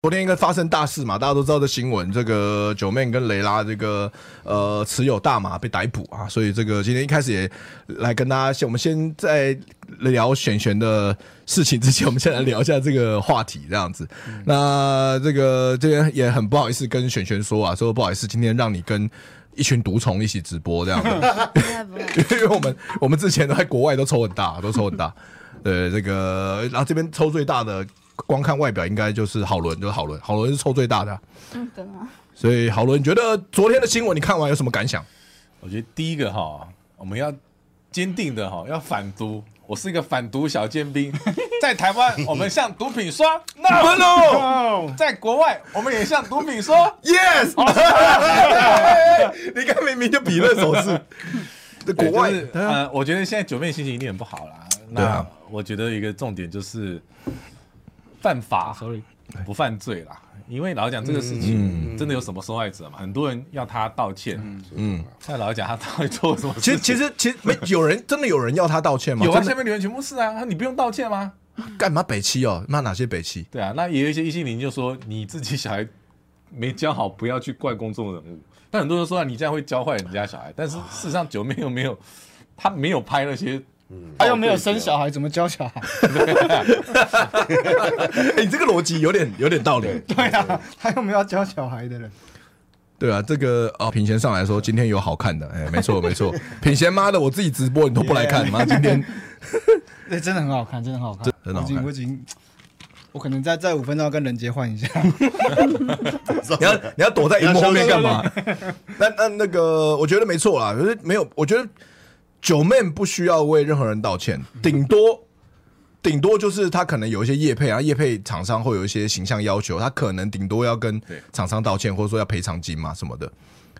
昨天应该发生大事嘛，大家都知道这新闻，这个九妹跟雷拉这个呃持有大麻被逮捕啊，所以这个今天一开始也来跟大家先，我们先在聊选璇的事情之前，我们先来聊一下这个话题这样子。嗯那这个这边也很不好意思跟选璇说啊，说不好意思，今天让你跟。一群毒虫一起直播这样 子， 不会啊不会，因为我们我们之前都在国外都抽很大，都抽很大。对，这个然后这边抽最大的，光看外表应该就是好伦，就是好伦，好伦是抽最大的啊、嗯，对吗？所以，好伦，你觉得昨天的新闻你看完有什么感想？我觉得第一个哈，我们要坚定的哈，要反毒。我是一个反毒小尖兵，在台湾我们向毒 品说 no，, No！在国外我们也向毒品说 Yes，你 看明明就比那手势，这国外对就是、呃，我觉得现在九妹心情一定很不好啦。对那啊我觉得一个重点就是犯法，sorry，不犯罪啦。因为老实讲这个事嗯情，真的有什么受害者嘛？很多人要他道歉，嗯，那老实讲他到底做了什么事其情？实其实其实没有人真的有人要他道歉吗？有啊，真下的面留言全部是啊，你不用道歉吗？干嘛北七哦？那哪些北七？对啊，那也有一些异性邻就说你自己小孩没教好，不要去怪公众人物。但很多人说、啊、你这样会教坏人家小孩，但是事实上九妹又没有，她没有拍那些，他又没有生小孩，怎么教小孩？哎， 你这个逻辑有点有点道理。对啊，他又没有要教小孩的人，对啊，这个哦，品贤上来说今天有好看的，哎，没错没错，品贤妈的，我自己直播你都不来看，妈今天对，哎真的很好看，真的很好看，真的好我已经看我已经，我可能再再五分钟要跟人杰换一下。你要你要躲在荧幕后面干嘛对？ 那那那个，我觉得没错啦，可是没有，我觉得九妹不需要为任何人道歉，顶多顶多就是他可能有一些业配，然啊后业配厂商会有一些形象要求，他可能顶多要跟对厂商道歉，或者说要赔偿金嘛什么的。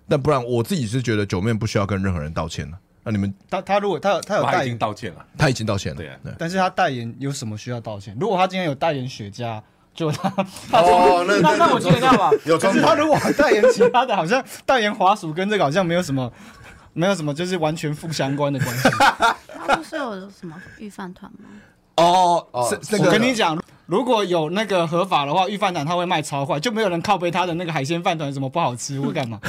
但不然，我自己是觉得九妹不需要跟任何人道歉了。啊那你们他他如果他有他有她代已经言，道歉了。他已经道歉了，对啊但是他代言有什么需要道歉？如果他今天有代言雪茄，就他 他哦那那那那我接得到吧？有可装是他如果代言其他的，好像代言滑鼠跟这个好像没有什么，没有什么就是完全负相关的关系。 他不是有什么预饭团吗？哦哦，是那我跟你个讲，如果有那个合法的话，御饭团他会卖超坏，就没有人靠背他的那个海鲜饭团什么不好吃或干嘛。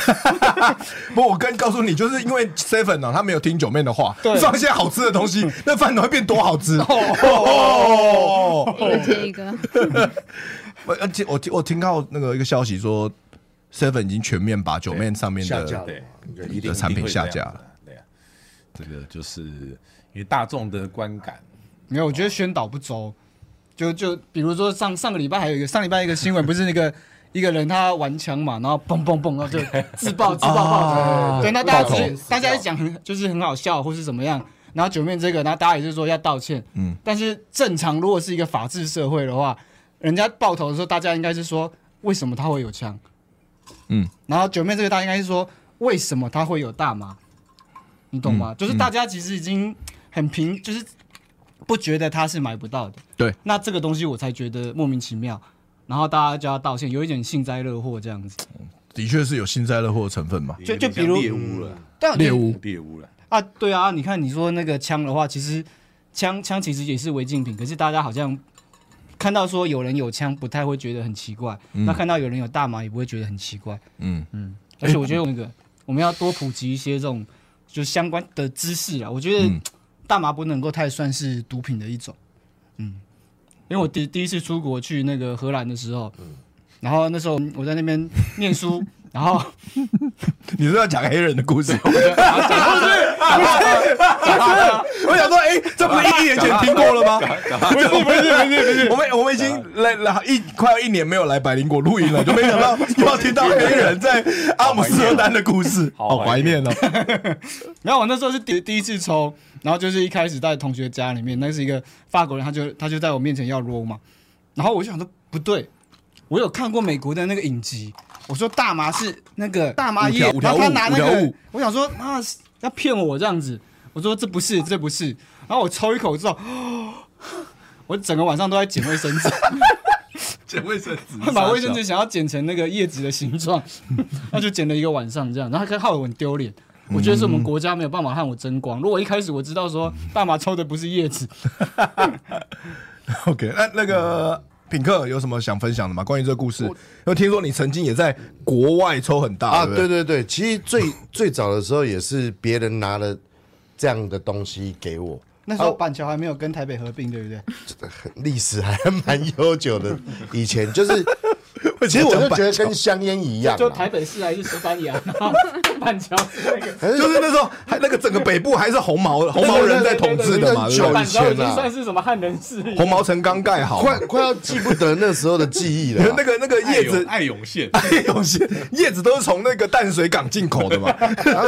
不，我跟告诉你，就是因为 Seven 啊，他没有听九妹的话对，上线好吃的东 西，那饭团会变多好吃哦。一个接一个，我 而且我听我听到那个一个消息说，Seven 已经全面把九妹上面下的架了对，对，一定的产品下架了。对啊，这个就是因为大众的观感，没有，我觉得宣导不周。就就比如说上上个礼拜还有一个上礼拜一个新闻，不是那个 一个人他玩枪嘛，然后嘣嘣嘣，然后就自爆自爆爆啊头，对，那大家爆头只是大家一讲很就是很好笑或是怎么样，然后九面这个，然后大家也是说要道歉，嗯，但是正常如果是一个法治社会的话，人家爆头的时候，大家应该是说为什么他会有枪，嗯，然后九面这个大家应该是说为什么他会有大麻，你懂嗯吗？就是大家其实已经很平，就是不觉得他是买不到的。对，那这个东西我才觉得莫名其妙，然后大家就要道歉，有一点幸灾乐祸这样子。的确是有幸灾乐祸的成分嘛。就就比如嗯有点像猎物了，但猎物猎物了。啊，对啊，你看你说那个枪的话，其实枪枪其实也是违禁品，可是大家好像看到说有人有枪不太会觉得很奇怪，那看到有人有大麻也不会觉得很奇怪。嗯，而且我觉得那个我们要多普及一些这种就相关的知识啊。我觉得嗯大麻不能够太算是毒品的一种，嗯，因为我第第一次出国去那个荷兰的时候，嗯然后那时候我在那边念书，然后你是要讲黑人的故事？然后讲我想说，哎，这不是一年前听过了吗？不是不是不是不是，我们我们已经来来一快要一年没有来百灵果录音了，就没想到又要听到黑人在阿姆斯特丹的故事，好好怀怀念哦。然后我那时候是第第一次抽，然后就是一开始在同学家里面，那是一个法国人，他就他就在我面前要 roll 嘛，然后我就想说不对，我有看过美国的那个影集，我说大麻是那个大麻叶五，条五条然后悟他拿那五条悟个，我想说啊要骗我这样子，我说这不是这不是，然后我抽一口之后， 我整个晚上都在捡卫生纸，捡卫生纸 把卫生纸想要剪成那个叶子的形状， 那就剪了一个晚上这样，然后还害我很丢脸。嗯我觉得是我们国家没有办法和我争光。如果一开始我知道说大麻抽的不是叶子， OK，那那个品客有什么想分享的吗？关于这个故事，因为听说你曾经也在国外抽很大啊，不对对对，其实最 最早的时候也是别人拿了这样的东西给我， 那时候板桥还没有跟台北合并，对不对？历史还蛮悠久的。以前 就是，为什其实么讲我板就觉得跟香烟一样啦，啊就台北市还是西班牙，然后板桥是 那个可是就是那时候还那个整个北部还是红毛红毛人在统治的嘛，对对对不对对对对对板桥已经啊算是什么汉人 市？红毛城刚盖好嘛， 快快要记不得那时候的记忆了 啦。啊那个那个叶子。爱永县，叶永些叶子都是从那个淡水港进口的嘛，然后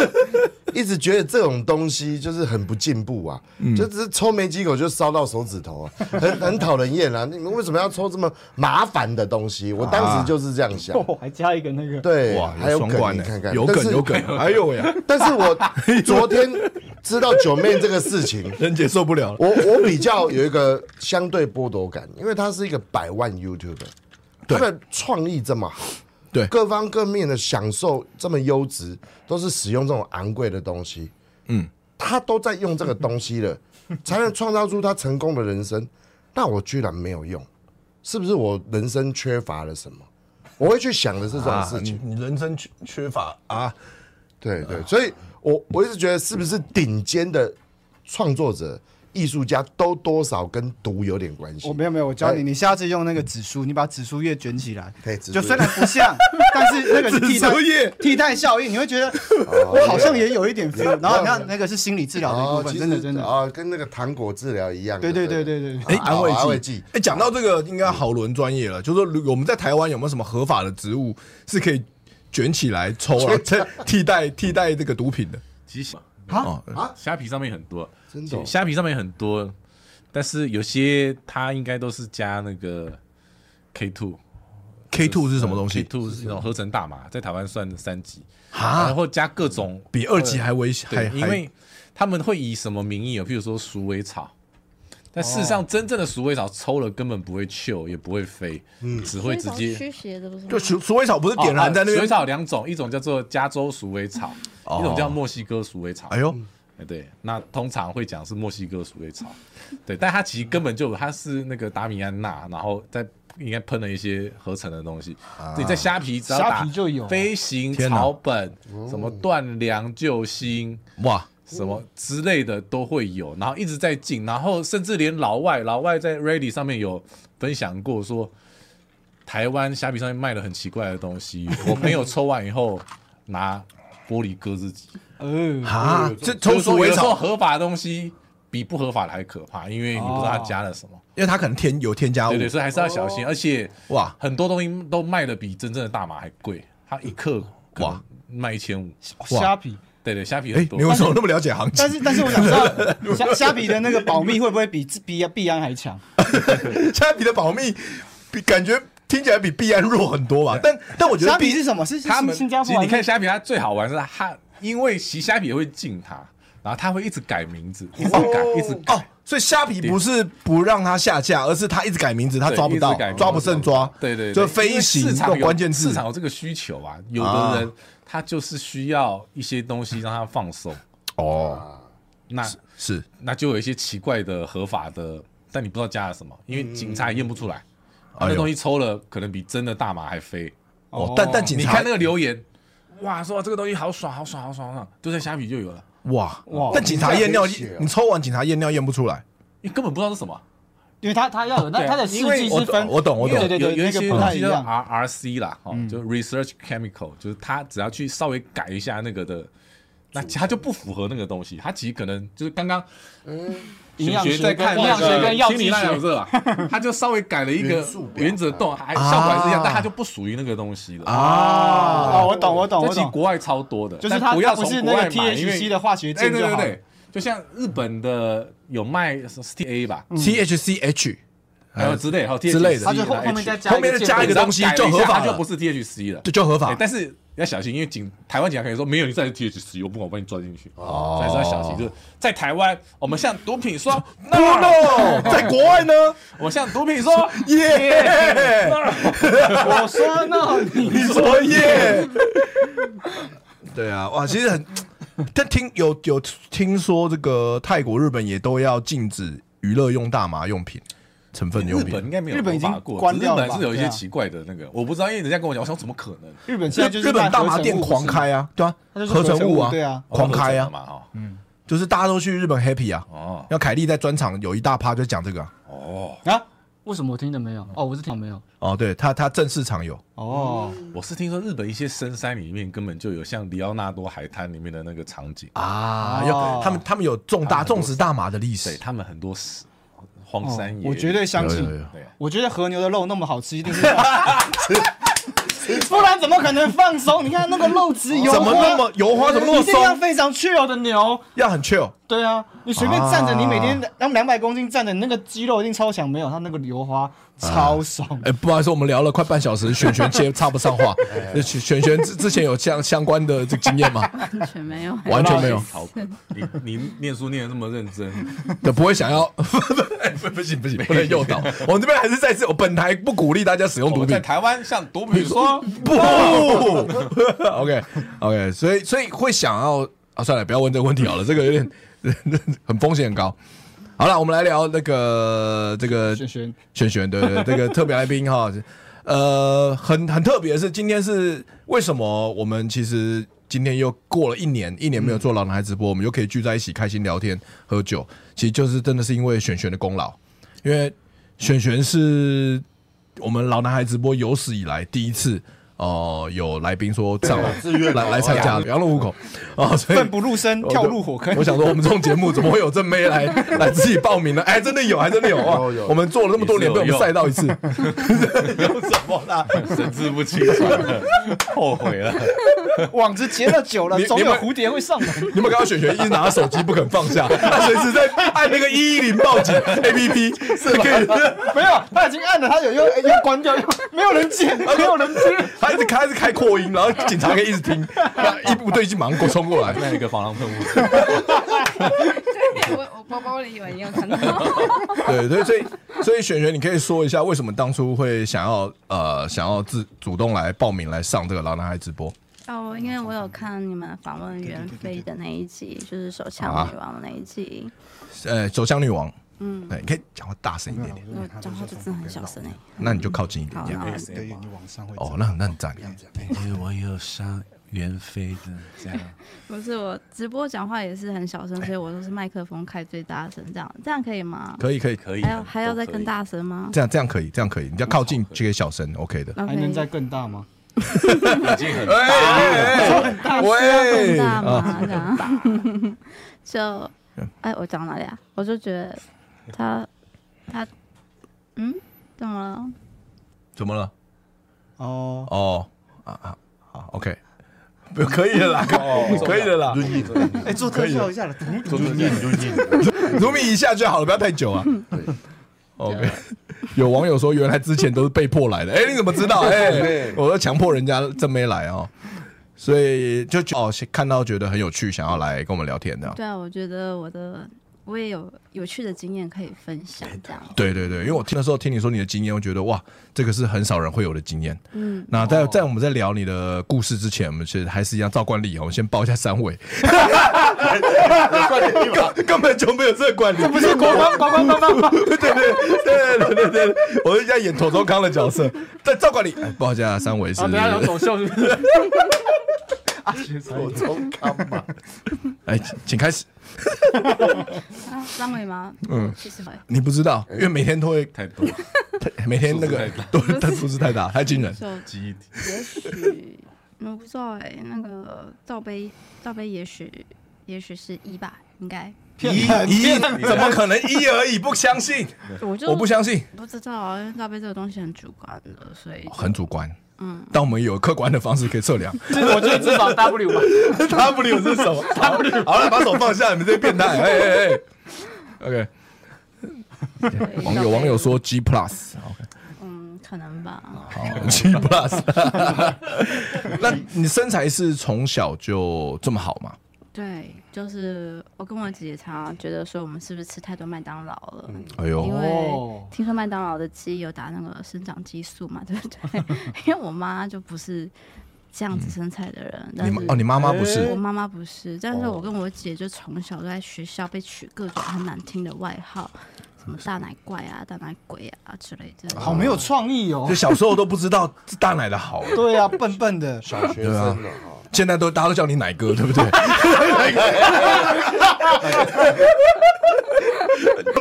一直觉得这种东西就是很不进步啊，嗯就只是抽没几口就烧到手指头啊，很很讨人厌啊！你们为什么要抽这么麻烦的东西？我当时就是这样想。哦，还加一个那个，对， 哇，还有双关梗，你呢看，看，有但梗是有梗，哎呦喂，但是我昨天知道九妹这个事情， 人姐受不了了， 我我比较有一个相对剥夺感，因为他是一个百万 YouTuber，对他的创意这么好，对各方各面的享受这么优质，都是使用这种昂贵的东西，嗯，他都在用这个东 西了，才能创造出他成功的人生。那我居然没有用，是不是我人生缺乏了什么？我会去想的是这种事情啊。你你人生缺缺乏啊，对对，所以我我一直觉得，是不是顶尖的创作者、艺术家都多少跟毒有点关系？哦我没有没有，我哎教你，你下次用那个紫苏，你把紫苏叶卷起来对，紫苏叶就虽然不像，但 是那个是替代紫苏叶替代效应，你会觉得哦我好像也有一点 feel。然后你看那个是心理治疗的一部其哦分，实真的真的，啊，跟那个糖果治疗一样。对对对对对对。对哎，啊安慰剂，安慰剂哎，讲到这个，应该好伦专业了，就是说，如我们在台湾有没有什么合法的植物是可以卷起来抽， 然后再替代替代这个毒品的？极限啊，哦虾皮上面很多，真的哦虾皮上面很多，但是有些它应该都是加那个 K two。 K two 是什么东 K 西？ two 是一种合成大麻，在台湾算三级，啊然后加各种比二级还危险，还对，因为他们会以什么名义啊？譬如说鼠尾草，但事实哦上真正的鼠尾草抽了根本不会翘，也不会飞，只会直 接驱邪的不是吗？还就鼠鼠尾草不是嗯点哦啊燃在那鼠边，尾哦草有两种，一种叫做加州鼠尾草，一种叫墨西哥鼠尾草。哎呦，哎，对，那通常会讲是墨西哥鼠尾草，对，但它其实根本就它是那个达米安娜，然后再应该喷了一些合成的东西。你在虾皮只要打啊虾皮就有哦飞行天哪草本，什么断梁救星，哇，什么之类的都会有，然后一直在进，然后甚至连老外，老外在 Ready 上面有分享过说，台湾虾皮上面卖了很奇怪的东西，我朋友抽完以后拿玻璃割自己，呃，啊，这就抽是说鼠尾有时候草，合法的东西比不合法的还可怕，因为你不知道它加了什么，因为它可能添有添加物对，对，所以还是要小哦心，而且哇很多东西都卖的比真正的大麻还贵，它一克哇哇卖一千五，虾皮，对对，虾皮哎很，多你，为什么那么了解行但情？是但是我想知 道虾虾皮的那个保密会不会比比币安还强？ 虾皮的保密比感觉听起来比币安弱很多吧？但但我觉得虾币皮是什么？是是他们新加其坡实还你是？看虾皮，它最好玩是它，因为其实虾皮也会禁它，然后它会一直改名字，一直改，一直改。哦，所以虾皮不是不让它下架，而是它一直改名字，它抓不对到一直改，名字抓不胜抓。对对，对就因飞为行市这场种有关键字市场有这个需求啊，有啊的人他就是需要一些东西让他放松，哦，那是那就有一些奇怪的合法的，但你不知道加了什么，因为警察也验不出来，哎呦啊那东西抽了可能比真的大麻还飞。哦，但但警你察看那个留言，哇，说这个东西好爽，好爽，好爽，好爽，就在虾皮就有了，哇哇哇，但警察验尿这样可以写哦，你抽完警察验尿验不出来，你根本不知道是什么。因为他他要有那对啊他的试因为剂我是分懂，我懂我对懂对有对，有那一个些不东太西一叫样。嗯 RRC 啦，哦，就 research chemical，就是它只要去稍微改一下那个的那其他就不符合那个东西，他其实可能就是刚刚嗯营养学学在跟看营那养学个跟药心剂理学量热啊，他就稍微改了一元个素表原则动，还效果还是一样，但他就不属于那个东西了。啊，我懂我懂这我其实懂，国外超多的，就是但它不要它不从是国那个外买因为 THC 的化学哎对键就对好了。对，就像日本的有卖 STA 吧，嗯 T H C H，还有之类，还有 THC 之类的它就后然后面再 H 加一后面个再键加一个盘东西就合法它就了不是 THC 了就。就合对法。但是要小心，因为警台湾警察可以说没有你在 THC，我不管，我把你抓进去。哦，所以还是要小心。就是在台湾，我们向毒品说 no， no，在国外呢，我向毒品说耶，我说呢，你你说耶？ 对啊，哇，其实很，但听有有听说这个泰国、日本也都要禁止娱乐用大麻用品成分用日本应品。该没有日本已经合法过关掉了日本是有一吧对些啊奇怪的那个，我不知道，因为人家跟我讲，我想怎么可能？日本现在就是日本卖大合麻成店物狂，开啊，对啊，它就是合成物合成物对啊狂开啊，哦嘛哈。就是大家都去日本 happy 啊。哦要凯莉在专场有一大趴就讲这个啊、哦，不是啊，为什么我听的没有？哦，我是听的没有。哦，对他他正式场有，哦，嗯我是听说日本一些深山里面根本就有像里奥纳多海滩里面的那个场景，啊，哦有他们他们有种大种植大麻的历对史，他们很多是荒山野，我绝对相有有信有，对啊。我觉得和牛的肉那么好吃，一定是。不然怎么可能放松？你看那个肉质油花， 怎么那么油花怎么那么一定要松？非常去油的牛，要很 chill 对啊，你随便站着，啊你每天让两百公斤站着，你那个肌肉一定超强。没有，它那个油花超爽。 哎、不好意思，我们聊了快半小时，璇璇接插不上话。那璇璇璇之之前有相相关的这经验吗？完 全 没有。完全没有，好，你你念书念的这么认真，对，不会想要，不不行不行，不能诱导。我们这边还是再次，我本台不鼓励大家使用我毒哦们在品。台湾向毒品说，不 ，OK OK，所以所以会想要啊，算了，不要问这个问题好了，这个有点 很风险很高。好了，我们来聊那个这个轩轩，璇璇，对对，对这个特别来宾哈，呃，很很特别的是，今天是为什么我们其实今天又过了一年，一年没有做老男孩直播，我们又可以聚在一起开心聊天喝酒，其实就是真的是因为璇璇的功劳，因为璇璇是我们老男孩直播有史以来第一次。哦、有来宾说上来自愿来来参加羊肉户口哦，所以奋不入身，跳入火坑我。想说，我们这种节目怎么会有正妹 来来自己报名呢？哎，真的有，还真的有哇有！有我们做了那么多年，被我们晒到一次，有什么啦？神志不清楚了， 后悔了。网子结了久了你，总你有们蝴蝶会上来。你们刚刚雪雪一直拿手机不肯放 下，她随时在按那个一一零报警 A P P，是可以， 没有，他已经按了，他有又又关掉，又没有人接，没有人接。她一直开，她一直开扩音，然后警察可以一直听，一不对劲马上过冲过来。那一个防狼喷雾，对， 我我包包里有一样看到。 对，所以所以所以璇璇，你可以说一下为什么当初会想要呃想要自主动来报名来上这个老男孩直播？哦，因为我有看你们访问袁飞的那一集，就是手枪啊女王的那一集，呃，走向女王，嗯，对，你可以讲话大声一点点。我讲话就真的很小声哎。那你就靠近一点好，这样。那对，你往上会哦，那很那很赞。因哎为我有上袁飞的这样。不是我直播讲话也是很小哎声，所以我都是麦克风开最大声，这样这样可以吗？可以可以，可以，啊还有还要再都可以更，大声吗这样这样可以，这样可以，你要靠近这个小声，OK 的。还能再？OK，更大吗？已经很哎更大啊吗？这样 就哎，我讲哪里啊？我就觉得他他嗯，怎么了？怎么了？哦，哦啊啊好，OK，不哦可以的啦，可以的啦。哎，做特效一下了，做做这样如米一下就好了，不要太久啊。OK，有啊网友说原来之前都是被迫来的，哎，你怎么知道？哎，我都强迫人家真没来哦，所以就觉哦看到觉得很有趣，想要来跟我们聊天这样。对啊，我觉得我的我也有有趣的经验可以分享，这样。对对对，因为我听的时候听你说你的经验，我觉得哇，这个是很少人会有的经验。嗯，那在在我们在聊你的故事之前，我们是还是一样照惯例哦，我们先报一下三位，根根本就没有这个惯例，不是国光国光棒棒棒。对对对对对对对，我是在演头头康的角色，但照惯例哎报一下三位是啊，等一下有走秀是不是？我从康嘛，哎，请开始。啊，张伟吗？嗯，其实会你不知道，因为每天都会太多，每天那个数字太大都但不是太大，太惊人。就记忆体也许我不知道哎、那个罩杯，罩杯也许也许是一吧，应该一一怎么可能一而已？不相信，我就我不相信，不知道啊，因为罩杯这个东西很主观的，所以很主观。嗯，但我们有客观的方式可以测量。这我觉得至少 W 吧。 W 是什么？W 好了，把手放下，你们这些变态！哎哎哎，OK。网友网友说 G Plus，OK，、嗯，可能吧。好 G Plus。那你身材是从小就这么好吗？对，就是我跟我姐姐常常觉得说，我们是不是吃太多麦当劳了？哎因呦，为哦听说麦当劳的鸡有打那个生长激素嘛，对不对？ 因为我妈就不是这样子身材的人，嗯你但妈是哦，你妈妈不我是？哦妈妈不是，但是我跟我姐就从小都在学校被取各种很难听的外号，什么大奶怪啊、大奶鬼啊之类 的。好没有创意哦就。小时候都不知道大奶的好， 对啊，笨笨 的，小学生了哈，现在都大家都叫你奶哥，对不对？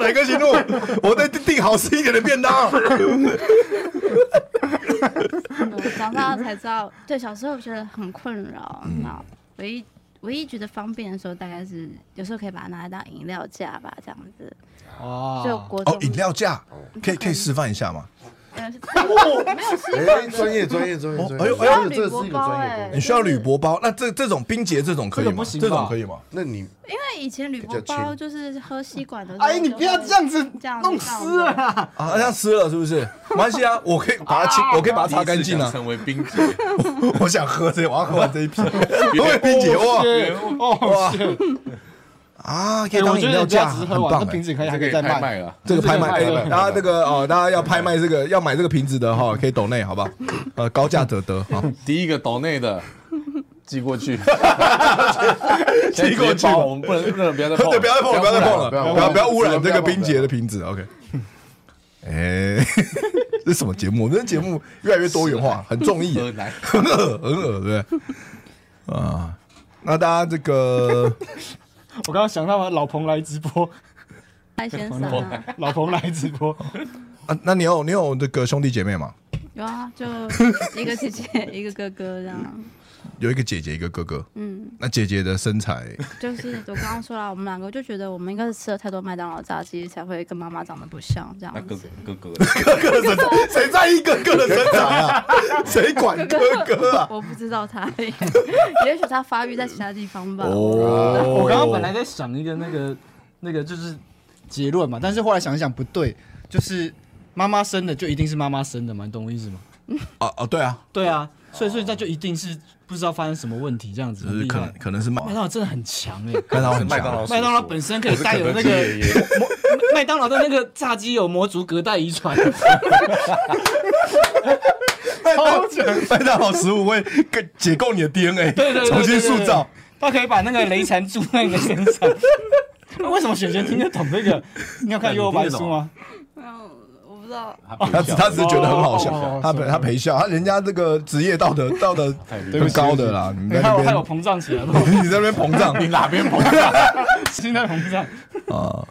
奶哥息怒，我在订好吃一点的便当。我嗯长大了才知道，对，小时候觉得很困扰。那唯一唯一觉得方便的时候，大概是有时候可以把它拿来当饮料架吧，这样子。就哇，国中哦，饮料架，可以可以示范一下吗？呃没有吃哎，专业专业专业哦专哎业，呦哎呦这是一个专业哎的。你需要铝箔包，那这这种冰结这种可以这个吗不？行吧这种可以吗？那你因为以前铝箔比较包轻就是喝吸管的时候就会。哎，你不要这样子这样弄湿了啦。啊，那湿了是不是？没关系 啊，我可以把它清，我可以把它擦干净第一啊次想。成为冰姐， 我想喝这，我要喝完这一 瓶，因为冰结哇哦，哇啊，可以哎我当饮觉料得只架，要只是很喝完，棒那哎瓶。子可以这还可个以也再太卖。卖了。这个拍卖，哎这个，大家这个哦，大家要拍卖这个，要买这个瓶子的哈，可以抖内好不好？呃，高价者得好。第一个岛内的寄过 去，寄过去，我们不能不能不要再碰 对，了，不要再碰了，不要再碰了，不不要要碰了不要不要污不要染碰了这个冰姐的瓶子。OK。哎， 这什么节目？我们这节目越来越多元啊化，很中意，喝奶很恶，很恶，对不对？啊，那大家这个 我刚刚想到我老彭来直播， 赖先生啊， 老彭来直播，啊，那你有你有这个兄弟姐妹吗？有啊，就一个姐姐一个哥哥这样。有一个姐姐，一个哥哥。嗯，那姐姐的身 材，就是我刚刚说了，我们两个就觉得我们应该是吃了太多麦当劳炸鸡，才会跟妈妈长得不像这那样哥子。哥哥哥，哥哥的身材，谁在意哥哥的身材 啊？谁管哥哥 啊？我不知道他，也许他发育在其他地方吧。哦我我刚刚本来在想一个那个那个就是结论嘛，但是后来想一想不对，就是妈妈生的就一定是妈妈生的嘛，你懂我意思吗？哦哦，对啊，对啊，所以所以那就一定是不知道发生什么问题这样子，就很是厉可害能。可能是麦麦当劳真的很强哎、麦当劳很麦当劳强，叔叔，麦当劳本身可以带有那我是肯德基个爷爷模 麦当劳的那个炸鸡有魔族隔代遗传， 麦当劳麦当劳食物会跟解构你的 DNA，对对对对 重新塑造。他可以把那个雷禅注在你的身上。 为什么雪泉听得懂这个？你有啊看《幽游白书》吗？没有，我不知道。他只他只是觉得很好笑哦，他陪他陪笑，他人家这个职业道德道德很高的啦，你在害那我害边我膨胀起来了， 你在那边膨胀，你哪边膨胀？ 现在膨胀。啊，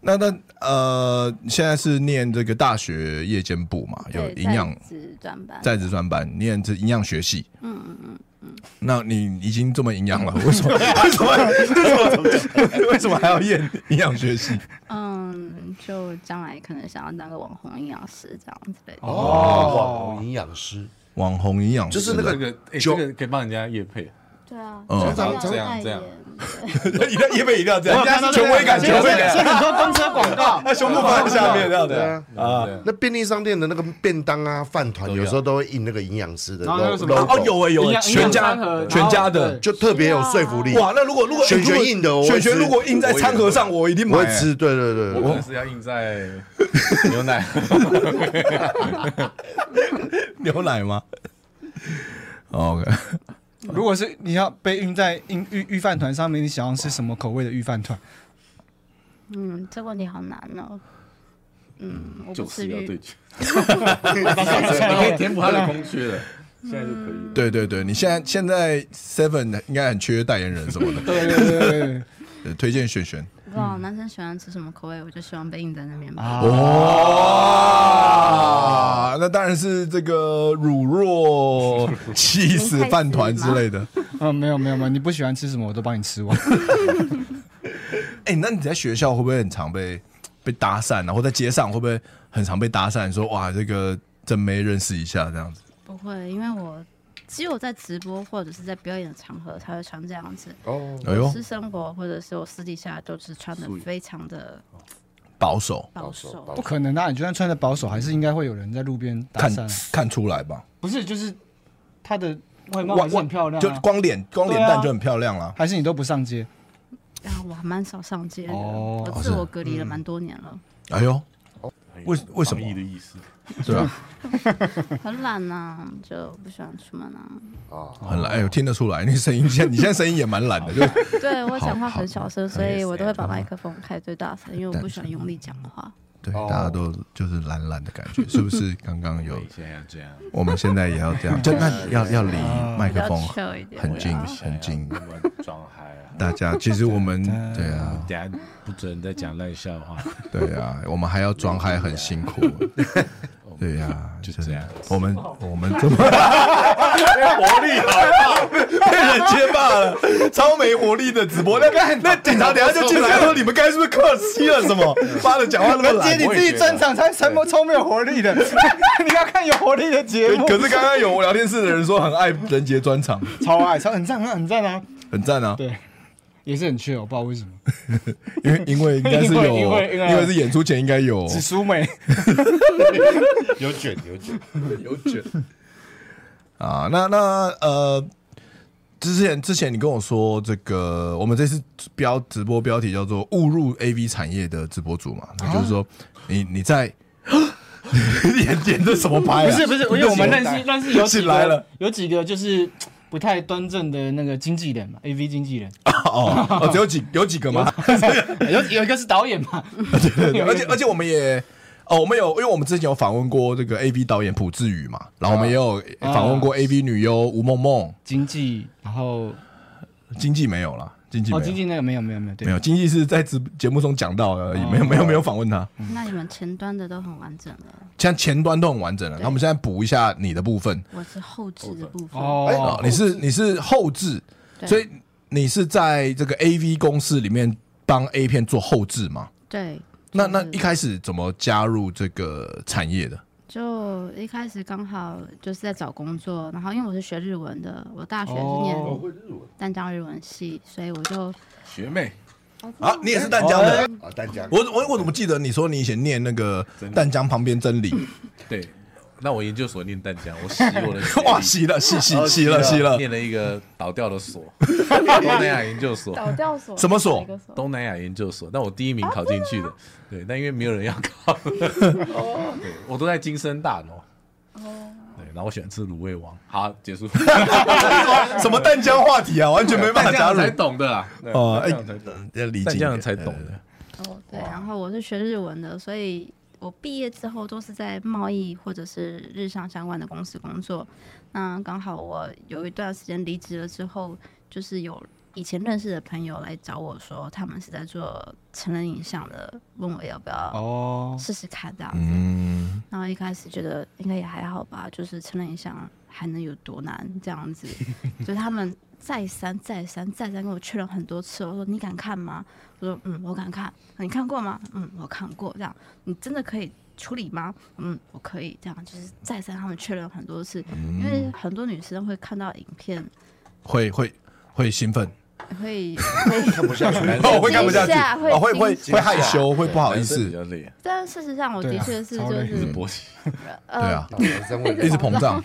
那那呃，现在是念这个大学夜间部嘛，有对营养在职专班，在职专班，念这营养学系。嗯嗯嗯嗯。那你已经这么营养 了，为什么为什么 为什么为什么还要念营养学 系？嗯，就将来可能想要当个网红营养师这样之类的。哦，网红营养师，网红营养就是师那这个个哎，这就个可以帮人家夜配，对啊，嗯就是要这样这样代言 一定也被一定要这样，我有人家看到是权威感，这个权威感，所以很多公车广告，他胸部放在下面这样对的。啊。啊，那便利商店的那个便当啊、饭团，有时候都会印那个营养师的然后那个 lo- 什么 logo，哦，有哎有营哎，养全家营养餐盒全家的。就特别有说服力。哇，那如果如果选选如果印的我会选选吃如果印在餐盒上， 我一定我买。会哎吃，对对对，我可我能是要 印在牛奶，牛奶吗？OK，如果是你要被印在印预预饭团上面，你想要吃什么口味的预饭团？嗯，这个问题好难哦。嗯，我就不是吃要鱼对， 决，你可以填补他的空缺的，现在就可以了。对对对，你现在现在 Seven 应该很缺代言人什么的，对对对对对， 对推荐璇璇。不知道男生啊喜欢吃什么口味，我就希望被印在那边吧。哇，啊那当然是这个乳酪起司饭团之类 的。嗯，没有没有没有，你不喜欢吃什么我都帮你吃 完。哎、那你在学校会不会很常被被搭讪啊？或在街上会不会很常被搭讪？说哇，这个真没认识一下这样子。不会，因为我只有在直播或者是在表演的场合才会穿这样子。哦，哎嗯呦，私生活或者是我私底下都是穿的非常的保守，保保守守保不可能啊！你就算穿的保守，还是应该会有人在路边搭看讪啊。看出来吧。不是，就是她的外貌还是很漂亮、就啊，光脸光脸对啊蛋就很漂亮啦。还是你都不上街？啊，我还蛮少上街的，哦我自我隔离嗯了蛮多年了，哎呦，为很有为什么防疫的意思？对吧？很懒呐、就不喜欢出门 啊。很哦懒，哎呦，听得出来，你声音现你现在声音也蛮懒的，就对我讲话好很小声，所以我都会哎把麦克风开最大声，因为我不喜欢用力讲话。对，哦大家都就是懒懒的感觉，是不是？刚刚有你，现在要这样，我们现在也要这样，就那要要离麦比克较风 chill 一点很近我也很近不，想 要那么装嗨啊！大家其实我们对啊等下不准再讲烂笑话，对啊，我们还要装嗨，很辛 苦，对呀，就这样。我们我们怎么活力好被人接霸了，超没活力的直播。那个那警察等下就进来说，你们刚才是不是客气了什么？ 妈的，讲 话那么姐，懒。你自己专场才什么超没有活力的， 你要看有活力的节目。可是刚刚有聊天室的人说很爱人杰专场，超爱，超很赞啊，很赞啊，很赞啊，对，哦也是很缺，我不知道为什么。因为因为应该是有，因为因为因为是演出前应该有紫苏美，有卷有卷，有卷 啊。那那呃，之前之前你跟我说这个，我们这次标直播标题叫做“误入 AV 产业的直播主”嘛，那啊就是说你你在 演演这什么拍、啊？不是不是，因为我们认识认识有几进来了个有几个就是不太端正的那个经纪人嘛，AV 经纪人，哦哦，只有几有几个吗？有有一个是导演嘛， 对对而且而且我们也。哦，我们有，因为我们之前有访问过这个 A V 导演朴志宇嘛，然后我们也有访问啊过 A V 女优吴梦梦，经纪，然后经济没有啦，经济没哦有，经纪那个没有没有没有，对没有，经济是在直节目中讲到的而已，没有没有没有访问他，嗯那你们前端的都很完整了，像前端都很完整了，那我们现在补一下你的部分我是后置的部分。哦 哦，，你是你是后置，对所以你是在这个 A V 公司里面帮 A 片做后置嘛？对，那就那是一开始怎么加入这个产业的？就一开始刚好就是在找工作，然后因为我是学日文的，我大学是哦念淡江哦日文系，所以我就 学妹，啊，你也是淡江的。啊，大家我我我怎么记得你说你以前念那个淡江旁边真理？对，那我研究所念淡江，我 洗我的哇，学历洗了洗洗洗了哦洗了，念了一个倒掉的 所，东南亚研究所，掉所什么所哪一东南亚研究所。啊但我第一名考进去的，对，但因为没有人要考， 对我都在金生大楼。对，然后我喜欢吃卤味王。好，结 束。什么淡江话题啊，完全没办法 淡加江入人才。懂的啦，哦淡江人才懂要理淡解江人才懂 的。哦，对，然后我是学日文的，所以我毕业之后都是在贸易或者是日商相关的公司工作。那刚好我有一段时间离职了之后，就是有以前认识的朋友来找我说，他们是在做成人影像的，问我要不要哦，试试看这样子。嗯，然后一开始觉得应该也还好吧，就是成人影像还能有多难这 样子，就他们再三再三再三跟我确认很多次，我说你敢看吗？我说嗯，我敢看。你看过吗？嗯，我看过。这样你真的可以处理吗？嗯，我可以。这样就是再三他们确认很多次，嗯因为很多女生会看到影片会会会兴奋，会会，不下 去， 哦，会看不下去，惊吓会哦，会会惊会害羞，会不不好意比思，较累，啊但事实上我的对啊确是超就累嗯是勃起。对呃啊，男生会一直膨 胀，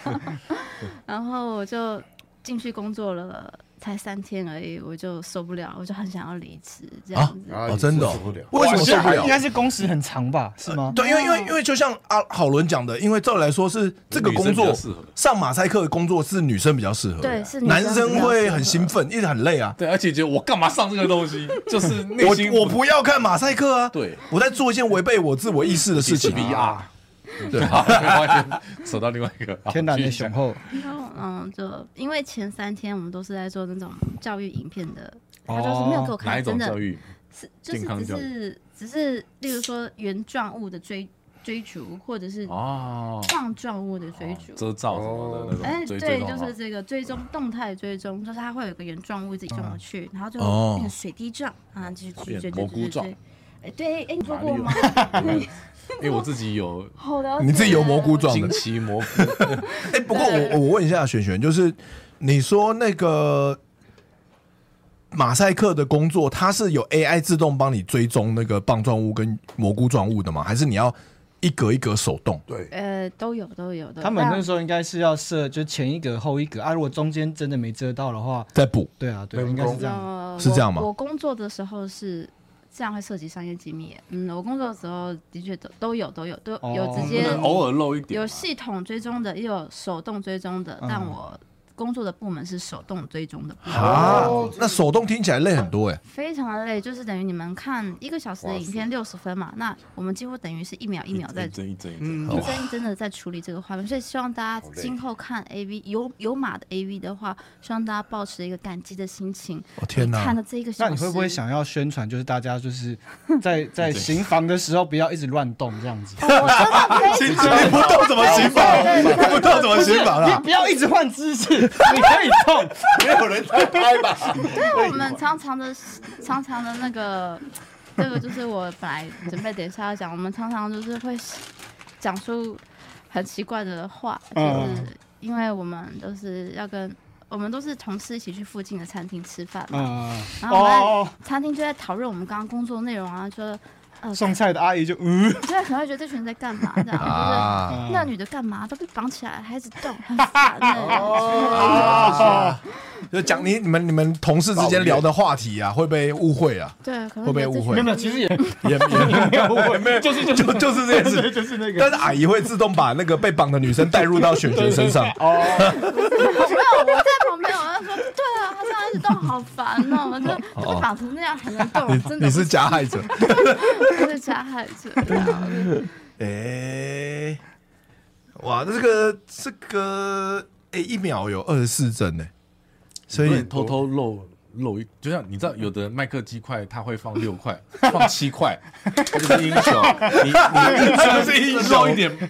然后我就进去工作了，才三天而已，我就受不了，我就很想要离职这样子。啊哦，真的受不哦了，为什么受不应该了？是工时很长吧？是吗？对，因为因为因为就像阿郝伦讲的，因为照理来说是这个工女生作比较适合上马赛克的工作是女生比较适合，啊对是女生男生会比较适合很兴奋，一直很累啊。对，而且觉得我干嘛上这个 东西，就是内心我我不要看马赛克啊，对我在做一件违背我自我意识的事 情。啊 VR。对好，完全扯到另外一个天然的雄。厚，然后嗯，就因为前三天我们都是在做那种教育影片的，哦他就是没有给好我继续讲哪看一真种的教育？是就是健康只教育是只是，例如说原状物的追追逐，或者是哦，棒状物的追逐。遮罩什么的那哎，种追对追，踪哦啊就哈是这个追踪动态追踪，就是它会有一个圆状物自己撞过去，然后就哦变成水滴状啊，就是追嗯变追追蘑菇追状追。哎，对，哎，你做马过里 吗？哦奥，因为我自己有好的，你自己有蘑菇状的惊，奇蘑菇，哎，不过我我问一下璇璇，就是你说那个马赛克的工作，它是有 AI 自动帮你追踪那个棒状物跟蘑菇状物的吗？还是你要一格一格手动？对，呃，都有都有的。他们那但时候应该是要设就前一格后一格啊，如果中间真的没遮到的话，再补？对啊，对，人应该是工这样。呃是我这样吗我工作的时候是这样，会涉及商业机密。嗯，我工作的时候的确都都有都有都哦有直不接能偶尔漏一点嗯啊有嘛。系统追踪的，也有手动追踪的，但我工作的部门是手动追踪的部门。啊，那手动听起来累很多哎、非常的累，就是等于你们看一个小时的影片六十分嘛，那我们几乎等于是一秒一秒在嗯一一针一针一针，帧一帧的在处理这个画面，所以希望大家今后看 AV 有有码的 AV 的话，希望大家保持一个感激的心情。我、哦天你看哪！了这一个小那时，你会不会想要宣传，就是大家就是在 在行房的时候不要一直乱动这样子？你不动怎么刑法？你不动怎么刑法你啦？不要一直换姿势，你可以动。没有人在拍吧？我们常常的、常常的那个，这个就是我本来准备等一下要讲，我们常常就是会讲出很奇怪的话，嗯就是因为我们都是要跟我们都是同事一起去附近的餐厅吃饭 嘛，嗯，然后我们哦，在餐厅就在讨论我们刚刚工作内容啊，就呃，送菜的阿姨就嗯，就可能会觉得这群人在 干嘛这样，就是。啊，那女的干嘛都被绑起来，还一直动，很烦 哦欸呃啊就讲你你们你们同事之间聊的话题啊，会被误会啊，对，可能会不会觉误得这群会没有人没有，其实也也也没有误会，就是就就就是这件是事。就是那个但是阿姨会自动把那个被绑的女生带入到璇璇身上，我在旁边，我就说，对啊，他这样一直动好烦哦，我就就被绑成那样还能动，真你的你是加害者。不是加害者。对啊哎、哇，那这个这个哎、一秒有二十四帧呢，所不以能偷偷漏漏一，就像你知道，有的麦克鸡块它会放六块，放七块，它就是英雄。你你是不是英雄？漏一点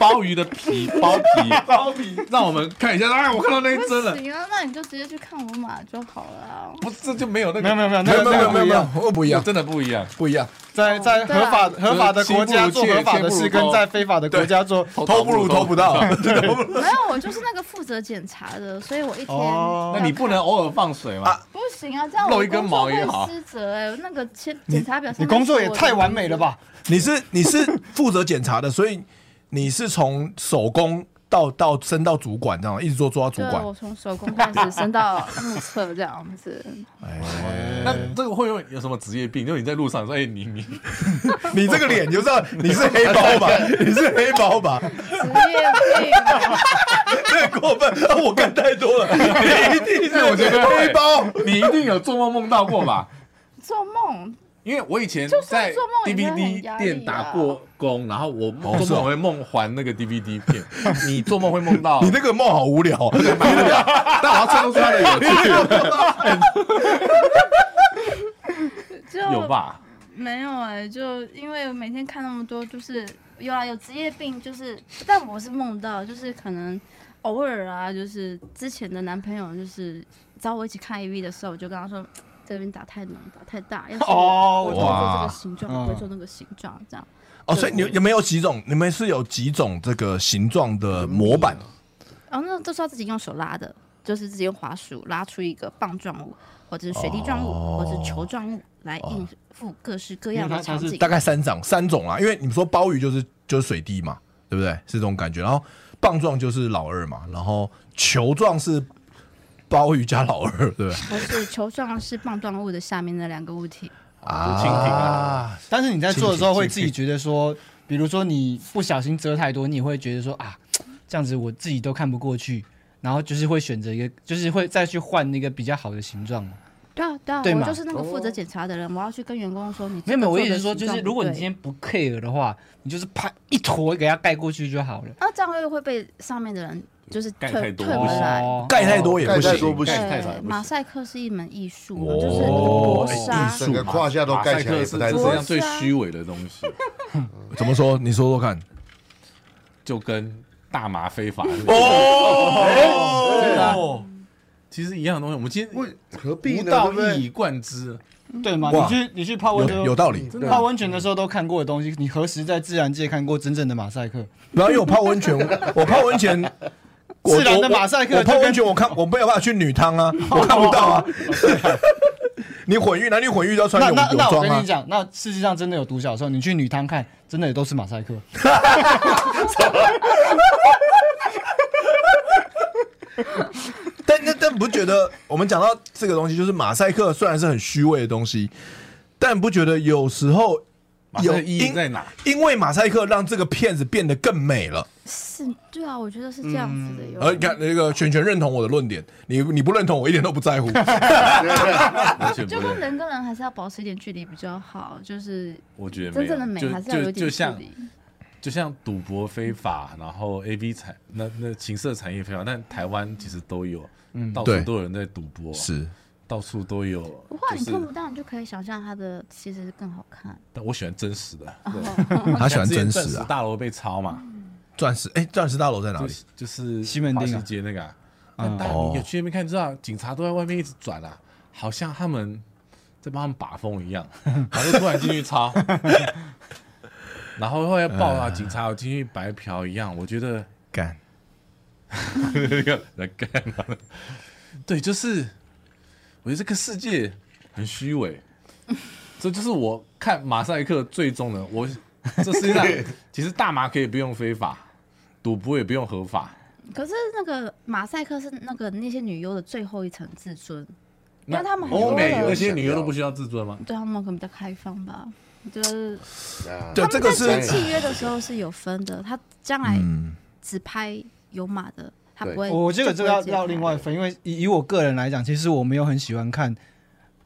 鲍鱼的皮，包皮，包皮，让我们看一下。哎，我看到那一针不了，行啊，那你就直接去看我码就好了啊。不是这就没有那个，没有没有没没有那有个没有没有那个不没一有样，，我不一样，真的不一样。不一样，在在对啊合法合法的国家做合法的事，跟在非法的国家做偷不如偷不到。没有，我就是那个负责检查的，所以我一天哦 那你不能偶尔放水吗？不行啊，这样露我一根毛也好工作会失责哎，那个检检查表上你面工作也写我的太完美了吧？ 你是你是负责检查的，所以你是从手工到到升到主管，这样一直做做到主名字。对，我管。从手工开始升到目测这样子，那这个会有有什么职业病？就是你在路上说，哎，你你你这个脸就知道你是黑包吧？你是黑包吧？职业病啊。太过分！啊我干太多了，你一定是哎我觉得黑包。你一定有做梦梦到过吧？做梦因为我以前就算在做梦也会很 DVD 压力啊店打过工，然后我哦做是哦梦会梦还那个 DVD 片，你做梦会梦到你，那个梦好无聊哦，但我要衬托出它的有趣，就有吧？没有哎、就因为每天看那么多，就是有啊，有职业病，就是但我是梦到，就是可能偶尔啊，就是之前的男朋友就是找我一起看 AV 的时候，我就跟他说哎这边打太浓，打太大，要是我哦嗯我我不会做这哇个形状，我不会做那个形状，这样哦，所以你有没有几种？你们是有几种这个形状的模板？然后那都是要自己用手拉的，就是自己用滑鼠拉出一个棒状物，或者是水滴状物，或者是球状物来应付各式各样哦因的为它它场是景。大概三种，三种啦。因为你们说鲍鱼就是就是水滴嘛，对不对？是这种感觉。然后棒状就是老二嘛，然后球状是鲍鱼加老二， 对不对？不是球状是棒状物的下面的两个物体，啊蜻蜓啊，但是你在做的时候会自己觉得说，比如说你不小心遮太多，你也会觉得说啊，这样子我自己都看不过去，然后就是会选择一个，就是会再去换那个比较好的形状嘛。对啊，对啊，对我嘛就是那个负责检查的人，我要去跟员工说你没这有个没有，我意做思的是说，形就状是不如果你对今天不 care 的话，你就是啪一坨给它盖过去就好了。啊，这样又会被上面的人就是盖太退多退回来。哦盖太多也不盖太行，多不行，太少也对，不马行赛克是一门艺术嘛，哦就是啊磨哎砂艺术整个胯下都盖起来马也赛不克是世界啊太对上最虚伪的东西，怎么说？你说说看。就跟大麻非法哦，啊其实一样的东西。我们今天何必无呢？道对不对一以贯之，对嘛？哇你去你去泡温有有泉，道理。啊泡温泉的时候都看过的东西，你何时在自然界看过真正的马赛克？然后因为我泡温泉，我泡温泉，我自然的马赛克我我就泡跟哦温泉，我看我没有办法去女汤啊，我看不到啊。 你混浴，男女混浴都要穿那泳那泳那我装跟啊你。讲，那世界上真的有独角兽，你去女汤看，真的也都是马赛克。但但但不觉得我们讲到这个东西，就是马赛克虽然是很虚伪的东西，但不觉得有时候马赛有克意义因在哪？因为马赛克让这个片子变得更美了。是，对啊，我觉得是这样子嗯的。有哎而你看那个全全认同我的论点，你你不认同我一点都不在乎。完全不就跟认。人跟人还是要保持一点距离比较好，就是我觉得没有真正的美还是要就就有一点就距像离。就像赌博非法，嗯然后 A V 产那那情色产业非法，但台湾其实都有，到对处都有人在赌博，嗯是，到处都有。不会啊，就你是看不到，你就可以想象它的其实更好看。但我喜欢真实的，哦他喜欢像之前真钻实啊，大楼被抄嘛，钻石。哎，钻石大楼在哪就里？嗯哦就是西门町啊华西街那个、啊，但大家你有去那边看，知道警察都在外面一直转啊，好像他们在帮他们把风 一样，然后就突然进去抄，然后后来报嗯啊，警察有进去白嫖一样，我觉得干，来干嘛？ 对，就是我觉得这个世界很虚伪，这就是我看马赛克最终的我。这世界上其实大麻可以不用非法，赌博也不用合法，可是那个马赛克是那个那些女优的最后一层自尊，因那为他们很欧多美人那些女优都不需要自尊吗？对他们可能比较开放吧。就是啊对，这个他们在是签契约的时候是有分的，他将来只拍有马的，他不会。我这个就这不个会要接要拍另外分，因为以以我个人来讲，其实我没有很喜欢看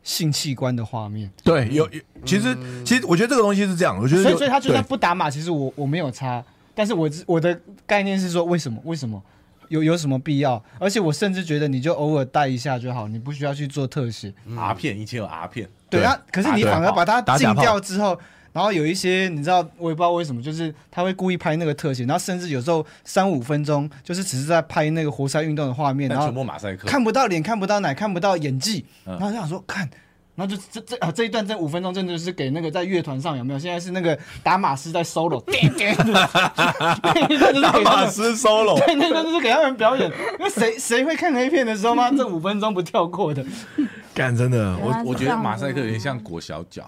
性器官的画面，对，有有其实其实我觉得这个东西是这样，我觉得嗯所以有所以他就算对不打码，其实我我没有差，但是我只我的概念是说，为什么为什么有有什么必要？而且我甚至觉得你就偶尔带一下就好，你不需要去做特写。 R 片，以前有 R 片，嗯对，对那可是你打反而把它打假禁炮掉之后，然后有一些你知道，我也不知道为什么，就是他会故意拍那个特写，然后甚至有时候三五分钟就是只是在拍那个活塞运动的画面，但然全后部马赛克，看不到脸，看不到奶，看不到演技，然后就想说看。然后就这这啊这一段这五分钟真的是给那个在乐团上有没有？现在是那个打马师在 solo，叮叮那一段就是打给他马们，斯 solo，对，那一段就是给他们表演。那谁谁会看 A 片的时候吗？这五分钟不跳过的，干真的，原我来是我觉这得样子马赛克有点像裹小脚，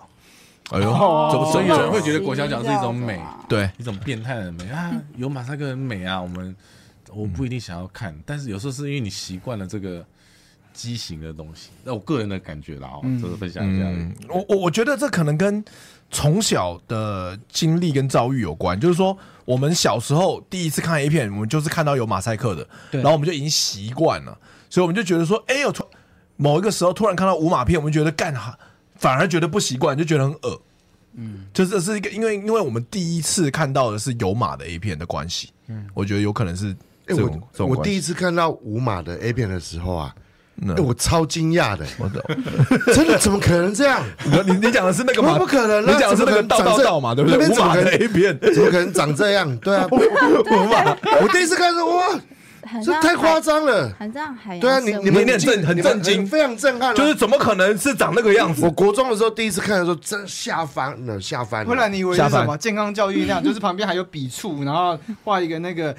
哎呦，怎么所以有人会哦觉得裹小脚是一种这美，样子啊对，一种变态的美啊，有马赛克很美啊，我们我不一定想要看，但是有时候是因为你习惯了这个畸形的东西，那我个人的感觉啦，哦，就是分享一下而已，嗯，我我我觉得这可能跟从小的经历跟遭遇有关，就是说我们小时候第一次看 A 片，我们就是看到有马赛克的，对然后我们就已经习惯了，所以我们就觉得说，哎呦，突某一个时候突然看到无码片，我们觉得干哈，反而觉得不习惯，就觉得很恶。嗯，就是这是一个，因为因为我们第一次看到的是有马的 A 片的关系，嗯，我觉得有可能是这哎种、这我种我关第一系。次看到五马的 A 片的时候啊，嗯哎，我超惊讶的， 我懂，真的怎么可能这样？你你讲的是那个 不嘛？不可能啊，你讲的是那个怎道么可能长道这道嘛，对不那对？边无怎么码可的能 A 片，怎么可能长这样？ 对啊，不无码。我第一次看说哇，很这像太夸海，张了。很像海洋对啊，生你物你们你很震你们很震惊非常震撼啊。就是怎么可能是长那个样子我？国中的时候第一次看的时候，真吓翻了，吓翻了。不然你以为是下饭什么健康教育那样？就是旁边还有笔触，然后画一个那个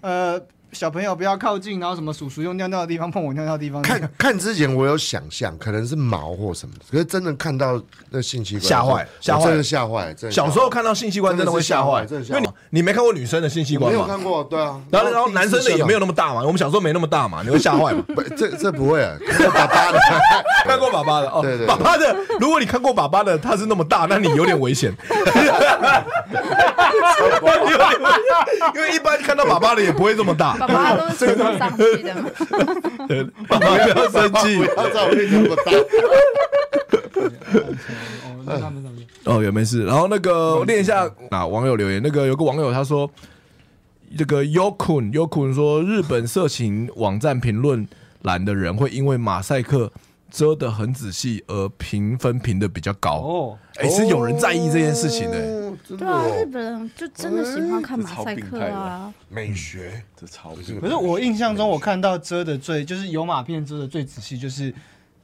呃小朋友不要靠近，然后什么叔叔用尿尿的地方碰我尿尿的地方。看 看之前我有想象，可能是毛或什么的，可是真的看到那性器官吓坏吓坏我真的吓坏。真的吓坏小时候看到性器官真的会吓坏，真的是因吓坏为你你没看过女生的性器我官没有嘛，看过，对啊。然后然后男生的也没有那那么大嘛，我们小时候没那么大嘛，你会吓坏吗？ 不，这这 不会啊，看到爸爸的看过爸爸的哦对，对对爸爸的，如果你看过爸爸的，他是那么大，那你有点危 险， 有点危险因为一般看到爸爸的也不会这么大，爸爸都是从上去的嘛。对爸爸不要生气不要在我面前那么大。哦，那他们怎么？哦，也没事。然后那个念一下啊，网友留言，那个有个网友他说，这个 Yokun Yokun 说，日本色情网站评论栏的人会因为马赛克遮得很仔细而评分评的比较高。哦，哎、是有人在意这件事情的、哦真的对啊，日哦本人就真的喜欢看这马超赛病克态的啊，美学这超这可是我印象中，我看到遮的最就是有马片遮的最仔细，就是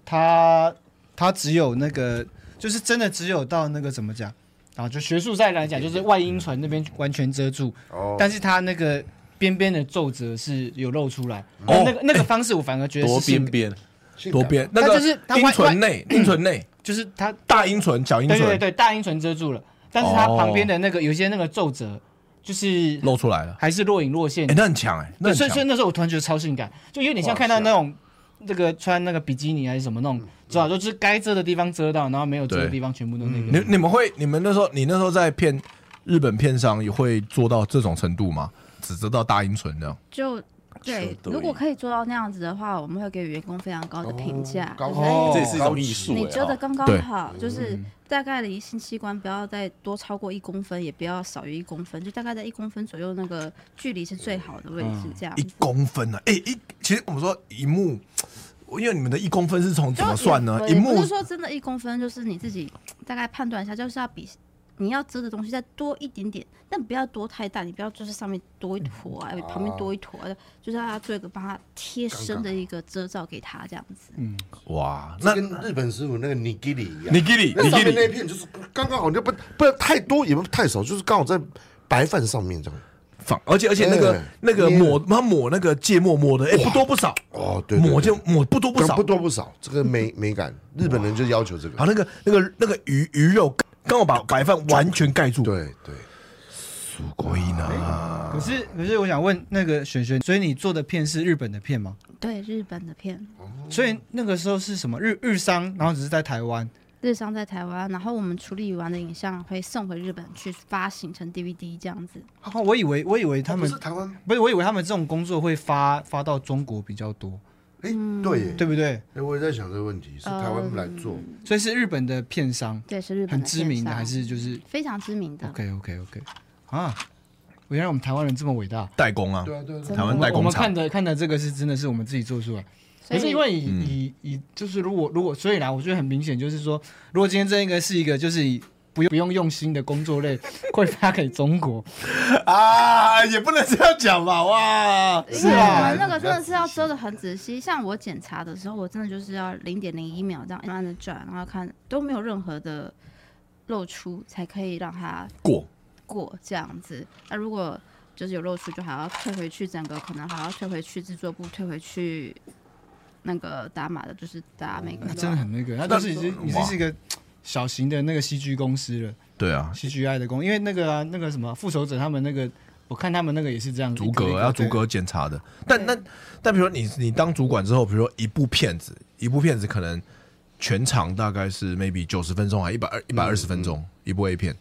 它它只有那个，就是真的只有到那个怎么讲啊？就学术上来讲，就是外阴唇那边完全遮住，哦，但是它那个边边的皱褶是有露出来。哦，那个那个方式我反而觉得多是性边感，边，多边那它个就是它阴外唇内，阴唇内，就是它大阴唇、小阴对对对唇哦对大阴唇遮住了，但是它旁边的那个有一些那个皱褶，就是露出来了。还是若隐若现哎、。那很强哎、那对，很所以所以强。啊那时候我突然觉得超性感，就有点像哇看到塞那种那个穿那个比基尼还是什么那种，嗯知道就是该遮的地方遮到，然后没有遮的对地方全部都那你个。你们会，你们那时候，你那时候在骗日本片商，也会做到这种程度吗？只知道大阴唇这样？就。对，对如果可以做到那样子的话，我们会给员工非常高的评价。高就是哎哦这也是一种艺术你遮哎的哈。刚刚对哦嗯好，就是大概离性器官不要再多超过一公分，也不要少于一公分，就大概在一公分左右那个距离是最好的位置，这样嗯一子。公分呢、啊？哎、一其实我们说一目，因为你们的一公分是从就怎么算呢？一也也不目是说真的，一公分就是你自己大概判断一下，就是要比你要遮的东西再多一点点，但不要多太大，你不要就是上面多一坨嗯啊，旁边哦多一坨啊，就是要做一个帮他贴身的一个遮罩给他这样子。嗯哇，那那跟日本师傅那个尼基里一样，你给你那你上面那给一你片就是刚刚好，就不不太多也不太少，就是刚好在白饭上面这样。放，而且而且那个哎那个捏抹他抹那个芥末抹的，哎，不多不少，哦，对对抹对就抹不多不少，啊不多不少，这个美美感，日本人就要求这好，个。那个那个那个鱼鱼肉刚好把白饭完全盖住，，对对，所以呢，可是可是我想问那个璇璇，所以你做的片是日本的片吗？对，日本的片，所以那个时候是什么日日商，然后只是在台湾。日商在台湾，然后我们处理完的影像会送回日本去发行成 DVD 这样子。哦，我以为我以为他们不是台湾，不是，我以为他们这种工作会发发到中国比较多，哎，对耶，对不对？哎，我也在想这个问题，是台嗯湾来做，所以是日本的片商，对，是日本很的知片名的商嗯还是就是非常知名的。 OK OK OK 啊？原来我们台湾人这么伟大。代工啊，对啊对啊，台湾代我工们厂看，的看的这个是真的是我们自己做出来，所可以是因为以、以以就是如果如果所以啦，我觉得很明显就是说，如果今天这一个是一个就是以不用不用用心的工作类，会发给中 国，啊，也不能这样讲吧，哇，因为我啊们那个真的是要遮的很仔细，像我检查的时候，我真的就是要零点零一秒这样慢慢的转，然后看都没有任何的露出，才可以让它过过这样子。那如果就是有露出，就还要退回去，整个可能还要退回去制作部，退回去那个打码的，就是打每个那都真的要很那个，那就是已经已经是一个小型的那个戏剧公司了，对啊，戏剧爱的公，因为那个、啊、那个什么复仇者他们那个，我看他们那个也是这样子，逐一个一格个要逐对格检查的。但那但比如说你你当主管之后，比如说一部片子，一部片子可能全长大概是 maybe 九十分钟还一百二一百二十分钟，一部 A 片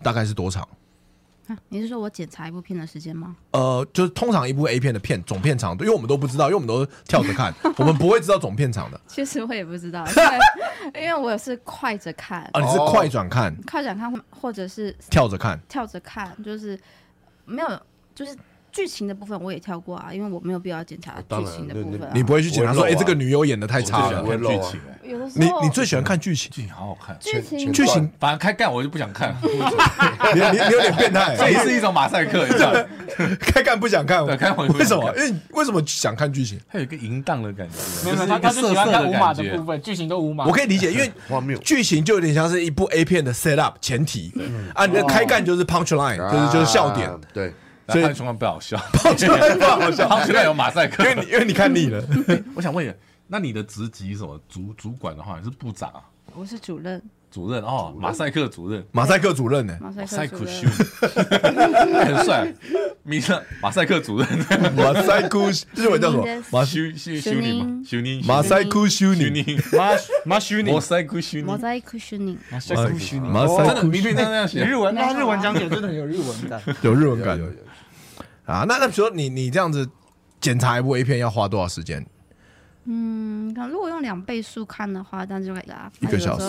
大概是多长？啊你是说我检查一部片的时间吗？呃，就是通常一部 A 片的片总片长度，因为我们都不知道，因为我们都是跳着看，我们不会知道总片长的 其实我也不 知道，因为因为我是快着看，啊。你是快转看、快转看，或者是跳着看，跳着看，就是没有，就是剧情的部分我也跳过啊，因为我没有必要检查当剧然情的部分、啊。哦你不会去检查说，我哎、也漏啊这个女优演的太我差最喜了欢。我也看漏剧啊情，哎有的时你候你最喜欢看剧情，剧情好好看，剧情全剧情反正开干我就不想看，你你你有点变态， 这也是一种马赛克，你知道吗？开看不想看，对开看不为什想么看？因为为什么想看剧情？它有一个淫荡的感觉，没有就是没有，一他个他是色喜色欢看的无码感的觉部。分，剧情都无码。我可以理解，因为荒 谬剧情就有点像是一部 A 片的 set up 前提啊，你的开干就是 punch line，就是就是笑点，，啊 对。所以所以情况不好笑，不好笑，他有马赛克因。为你因为你看腻 了，我想问一下，那你的职级是什么主主管的话，你是部长啊、我是主任，主任哦，马赛克主任，马赛克主任呢？马马赛赛克克主修任，， 很帅，名字马赛克主任，马赛克日文叫什么？马 修修修尼吗？修尼，马赛克修修女，尼，马马虚拟马，赛克修尼我，在库修宁，马赛克虚拟，马赛真的克明明那样你日写，文哦那日文讲解真的很有日文 感。有日文感啊。那那比如说你你这样子检查一部 A 片要花多少时间？嗯，可能如果用两倍速看的话，但就啊大家一个小时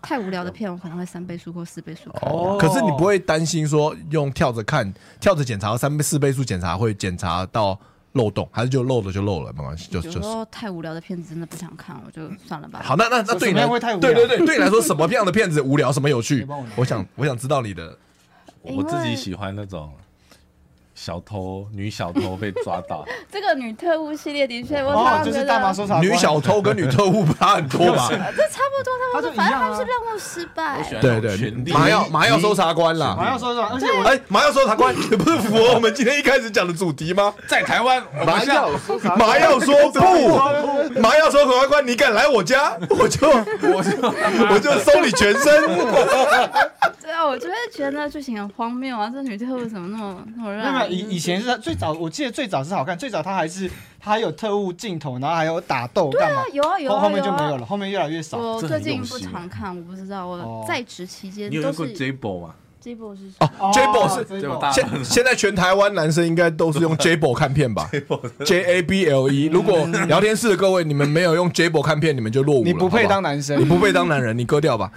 太无聊的片，我可能会三倍速或四倍速看。哦，可是你不会担心说用跳着看、跳着检查三倍、四倍速检查会检查到漏洞，还是就漏了就漏了，没关系，就有就时是。候太无聊的片子真的不想看，我就算了吧。好，那那那对你来什么样会太无聊对对对，对你来说什么样的片子无聊，什么有趣 别帮我拿？我想我想知道你的因我自己为喜欢那种小偷、女小偷被抓到，这个女特务系列的确，我常哦，常就觉是得大麻搜查官女小偷跟女特务差很多 吧？这差不多，他他们就都反一正样啊他们是任务失我喜败。欢对那种对，权力麻药麻药搜查官我啦。要说说，而且啊我哎，麻药搜查官，不是符合我们今天一开始讲的主题吗？在台湾，我们像麻药说 不，麻药说法官，你敢来我家，我就我就我就搜你全身。对啊，我就会觉得剧情很荒谬啊，这女特务怎么那么那么没有没让有，人以以前是最早，我记得最早是好看，最早他还是他还有特务镜头，然后还有打斗干嘛啊，有啊有后啊后面就有啊啊没有了，后面越来越少。我这最很近用不心常看，我不知道。哦我在职期间你有都用过是 Jable 吗？这部是哦 Jable 是对吧？是大家现现在全台湾男生应该都是用 Jable 看片吧？J A B L E。如果聊天室的各位你们没有用 Jable 看片，你们就落伍了。你不配当男，男你生，不配当男人，你割掉吧，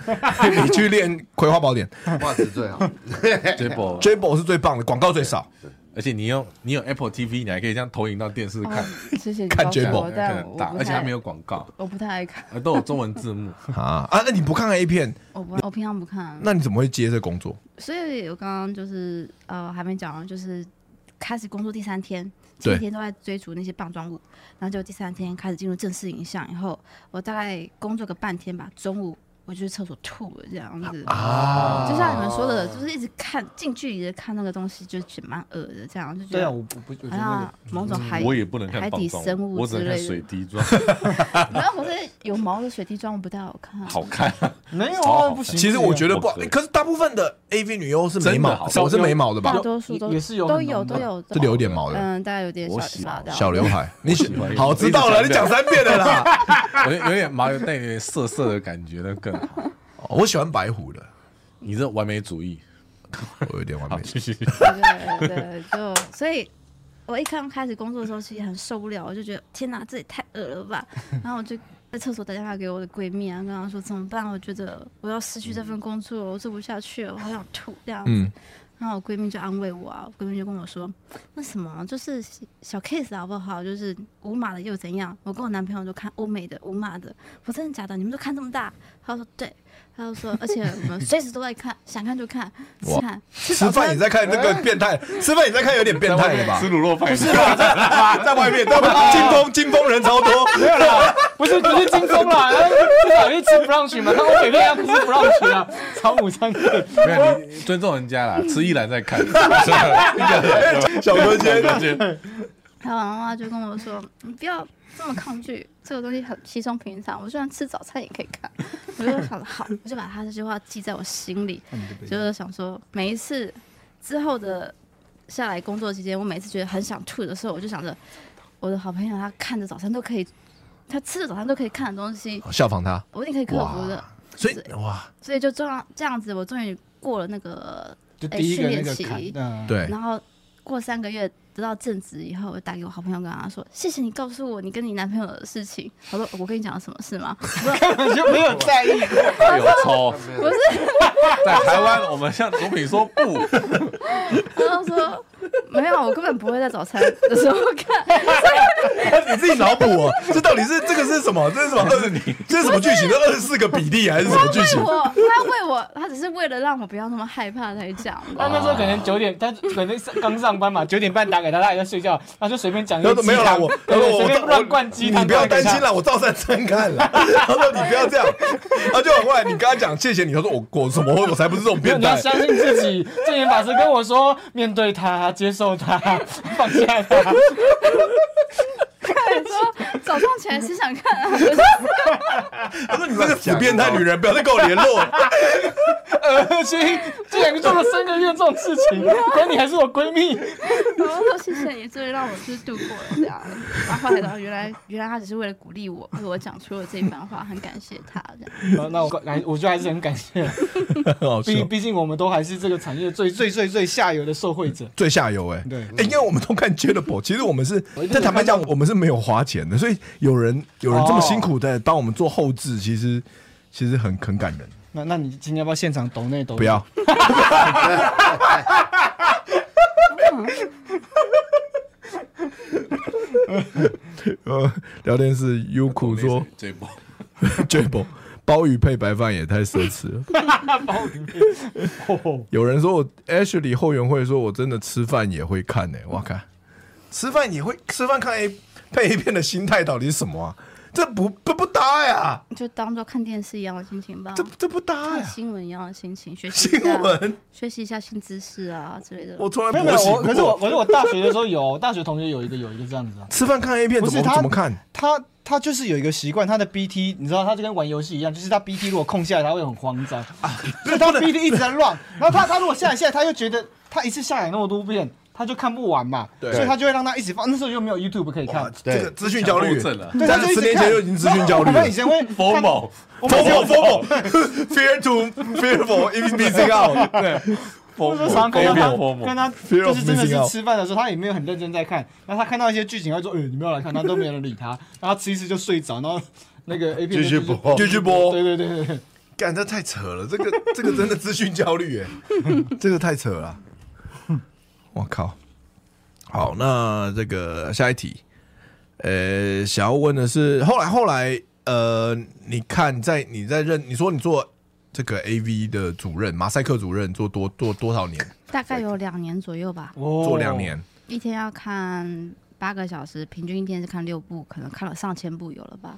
你去练《葵花宝典》袜子最 好。 Jable，，Jable 是最棒的，广告最少。而且你用你有 Apple TV，你还可以这样投影到电视看，哦谢谢你看告诉 Jable 我，看得但很我大，不而且它太没有广告，我不太爱看，呃，都有中文字幕。啊啊！那你不看 A 片，我不我平常不看。啊那你怎么会接这工作？所以我刚刚就是呃还没讲完，就是开始工作第三天，对前一天都在追逐那些棒状物，然后就第三天开始进入正式影像以后，我大概工作个半天吧，中午我就去厕所吐了这样子啊，就像你们说的，就是一直看近距离的看那个东西，就觉得蛮恶的这样，就觉 对啊，得我不不，我觉好得那个像某种嗯海我也不能看海棒底状生物我只能看之类的水滴状，然后可是有毛的水滴状不太好看，啊好看。没有好啊，好不行。其实我觉得不好我，可以可是大部分的 AV 女优是没真的毛，好少是没毛的吧大？多数都也是有都很有浓都的有，是留一点毛的，嗯，大概有点我小喜小欢的小刘海。你喜喜欢好知道了，你讲三遍了啦。 我有点毛有带有点涩涩的感觉，那更好。哦我喜欢白虎的，你这完美主义，我有点完好，美。继续。对对，就所以，我一刚开始工作的时候，其实很受不了，我就觉得天哪，这也太恶了 吧。然后我就在厕所打电话给我的闺蜜啊，跟她说怎么办？我觉得我要失去这份工作，我做不下去了，我好想吐这样子。嗯然后我闺蜜就安慰我啊，我闺蜜就跟我说，那什么就是小 case 好不好？就是无码的又怎样？我跟我男朋友就看欧美的无码的，我真的假的？你们都看这么大？她说对，她就说，而且我们随时都在看，想看就看，啊哇吃看 吃吃早饭餐你在看这个变态，吃饭你在看有点变态了吧？啊卤肉 饭，在外面，在外面金风金风人超多，没 有啦，不是不是轻松啊 啦，哎至少去吃 brunch 嘛，那我每天要吃 brunch 啊，早午餐的。没有你尊重人家啦，吃一兰再看。小哥姐，小 哥姐，他妈妈就跟我说：“你不要这么抗拒，这个东西很稀松平常。我虽然吃早餐也可以看。”我就想好，我就把他这句话记在我心里，就是想说每一次之后的下来工作期间，我每次觉得很想吐的时候，我就想着我的好朋友他看着早餐都可以，他吃着早餐都可以看的东西，效仿他。我一定可以克服的。所以哇，所以就这样这样子，我终于过了那个就哎第一个训那练个期坎，嗯，对，然后过三个月得到正职以后，我打给我好朋友，跟他说：“谢谢你告诉我你跟你男朋友的事情。”我说：“我跟你讲了什么 事吗？” 就没有在意。有抽，不是，哎在台湾我们向总品说不，然后说没有，我根本不会在早餐的时候 看。你自己脑补哦，这到底是这个是什么？这是什么？二十你这是什么剧情？这二十四个比例还是什么剧情？我他为我，他只是为了让我不要那么害怕才讲他 的。那时候可能九点，他可能上刚上班嘛，九点半打给他，他还在睡觉，他就随便讲一哦他个说没有啦，我鸡汤他对说我随便我乱灌鸡汤，你不要担心啦，我照三餐看啦。他说你不要这样，他就很坏。你跟他讲谢谢你，他说我我什么我才不是这种没有。变你要态。相信自己，正言法师跟我说，面对他，接受他， 放下 他。说早上起来是想看、啊，可是他说你这个死变哦态女人，不要再跟我 联络。恶心，竟然做了三个月这种事情，管你还是我闺蜜。然后哦说谢谢你，终于让我就是度过了这样。然后后来然后原来原来他只是为了鼓励我，为我讲出了这一番话，很感谢他这样。那那我感，我觉得还是很感谢，哦很好笑毕毕竟我们都还是这个产业最最最最下游的受惠者。最下游哎、对欸因为我们都看 j a b l e 其实我们是，但坦白讲，我们是没有花钱的，所以有人有人这么哦辛苦的帮我们做后置，其实其实很很感人。那那你今天要不要现场抖内抖？不要， 呃，聊天室优酷说这一波 j a b o 鲍鱼配白饭也太奢侈 了。鲍鱼，有人说我 Ashley 后援会说我真的吃饭也会看呢、我看吃饭也会吃饭看 A 配 A 片的心态到底是什么啊？这不不不搭呀，就当做看电视一样的心情吧，这这不搭看呀。啊新闻一样的心情，学习啊新一下闻，学习一下新知识啊之类的。我从来没有没没有有洗我，可是我过。可是我大学的时候有，大学同学有一个有一个这样子啊，吃饭看 A 片不怎是么他怎么看？他他就是有一个习惯，他的 BT 你知道，他就跟玩游戏一样，就是他 BT 如果空下来，他会很慌张，所以他 BT 一直在乱。然后他他如果下来下来，他又觉得他一次下来那么多遍，他就看不完嘛，对所以他就会让他一直放。那时候又没有 YouTube 可以看哇，，这个资讯焦强虑迫，症了，对，在他就十一直年前看就已经资讯焦虑然后我们了以。前会疯某我们以前 Formal, formal, fear to fearful, even missing out。对，我疯就常某看到他疯某跟他，Fear 就 of 是真的 missing 是 out 吃饭的时候，他也没有很认真在看，然后他看到一些剧情，他就说：“哎、你们要来看。”他都没有人理他，然后吃一吃就睡着，然后那个 A 片继续就是播继续播对对对对，干这太扯了，这个这个真的资讯焦虑哎， 这个太扯了。我靠！好，那这个下一题，呃，想要问的是，后来后来，呃，你看在你在任，你说你做这个 AV 的主任，马赛克主任做多做多少年？大概有两年左右吧，做两哦年。一天要看八个小时，平均一天是看六部，可能看了上千部有了吧？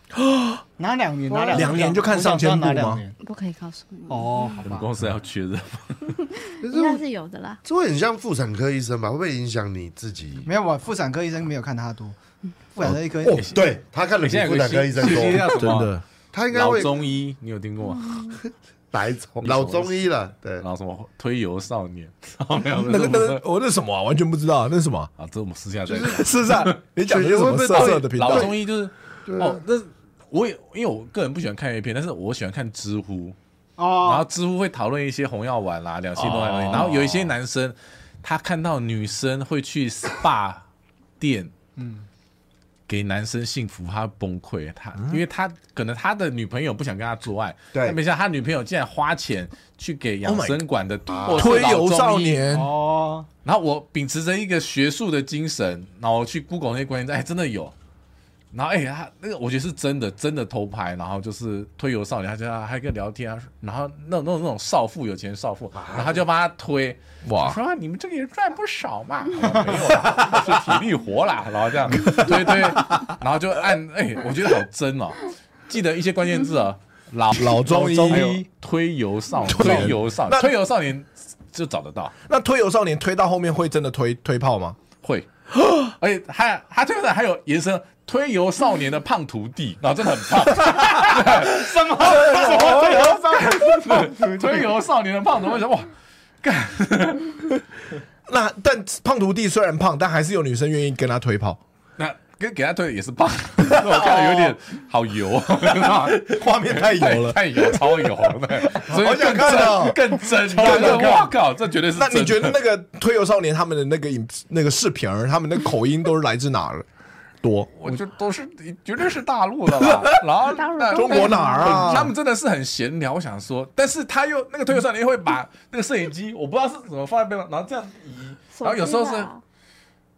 哪两年？哪两两年就看上千部吗我想知道哪两年不可以告诉你，哦，好我们吧。公司还要缺人，可是应该我是有的啦。这会很像妇产科医生吧？会不会影响你自己？没有吧？妇产科医生没有看他多，妇产科医生哦，对他看的你比现在有妇个产科新医生多，叫什真么啊的，他应该老会中医，你有听过吗？白中老中医了。对然，后什么推油少 年，然后没有那个那这是我个们，我那什么啊，完全不知道，那是什么啊？ 啊，这我们私下再是不是啊？你讲的是什么色色的频道老？中医就是哦，那我也因为我个人不喜欢看 A 片，但是我喜欢看知乎，然后哦，知乎会讨论一些红药丸啦、两性动态东西，然后有一些男生他看到女生会去 SPA 店，嗯，给男生幸福，他会崩溃，他因为他可能他的女朋友不想跟他做爱，对但没想到他女朋友竟然花钱去给 Oh 养 my 生馆的或是推老油中少医年，哦，然后我秉持着一个学术的精神，然后我去 Google 那些关键字，哎，真的有。然后哎，他那个我觉得是真的，真的偷拍，然后就是推油少年，他就还跟他聊天啊，然后那种那种那种少妇，有钱少妇，然后他就帮他推，啊哇我说啊你们这个也赚不 少嘛，我说没有啦，是体力活啦，然后这样推推，然后就按哎，我觉得好真哦，记得一些关键字啊，老老中医还有推油少 年，推推油少那年，推油少年就找得到。那推油少年推到后面会真的推推炮吗？会， 而且还他推的还有延伸推油少年的胖徒弟，然后真的很 胖，什么哎什么推油少年？推油少年的胖徒弟，我想哇，那但胖徒弟虽然胖，但还是有女生愿意跟他推炮，那给给他推的也是胖， 那我看了有点好油，画面 太油了。 太油超油了，对所以好想看哦更真，超想更真，看哇靠，这绝对是那真的。你觉得那个推油少年他们的那个影那个视频儿，他们的口音都是来自哪儿多？我就都是绝对是大陆的啦，然后大陆那中国哪儿啊他们真的是很闲聊，我想说，但是他又那个推油少年又会把那个摄影机，我不知道是怎么放在背上，然后这样移，然后有时候手机啊是吧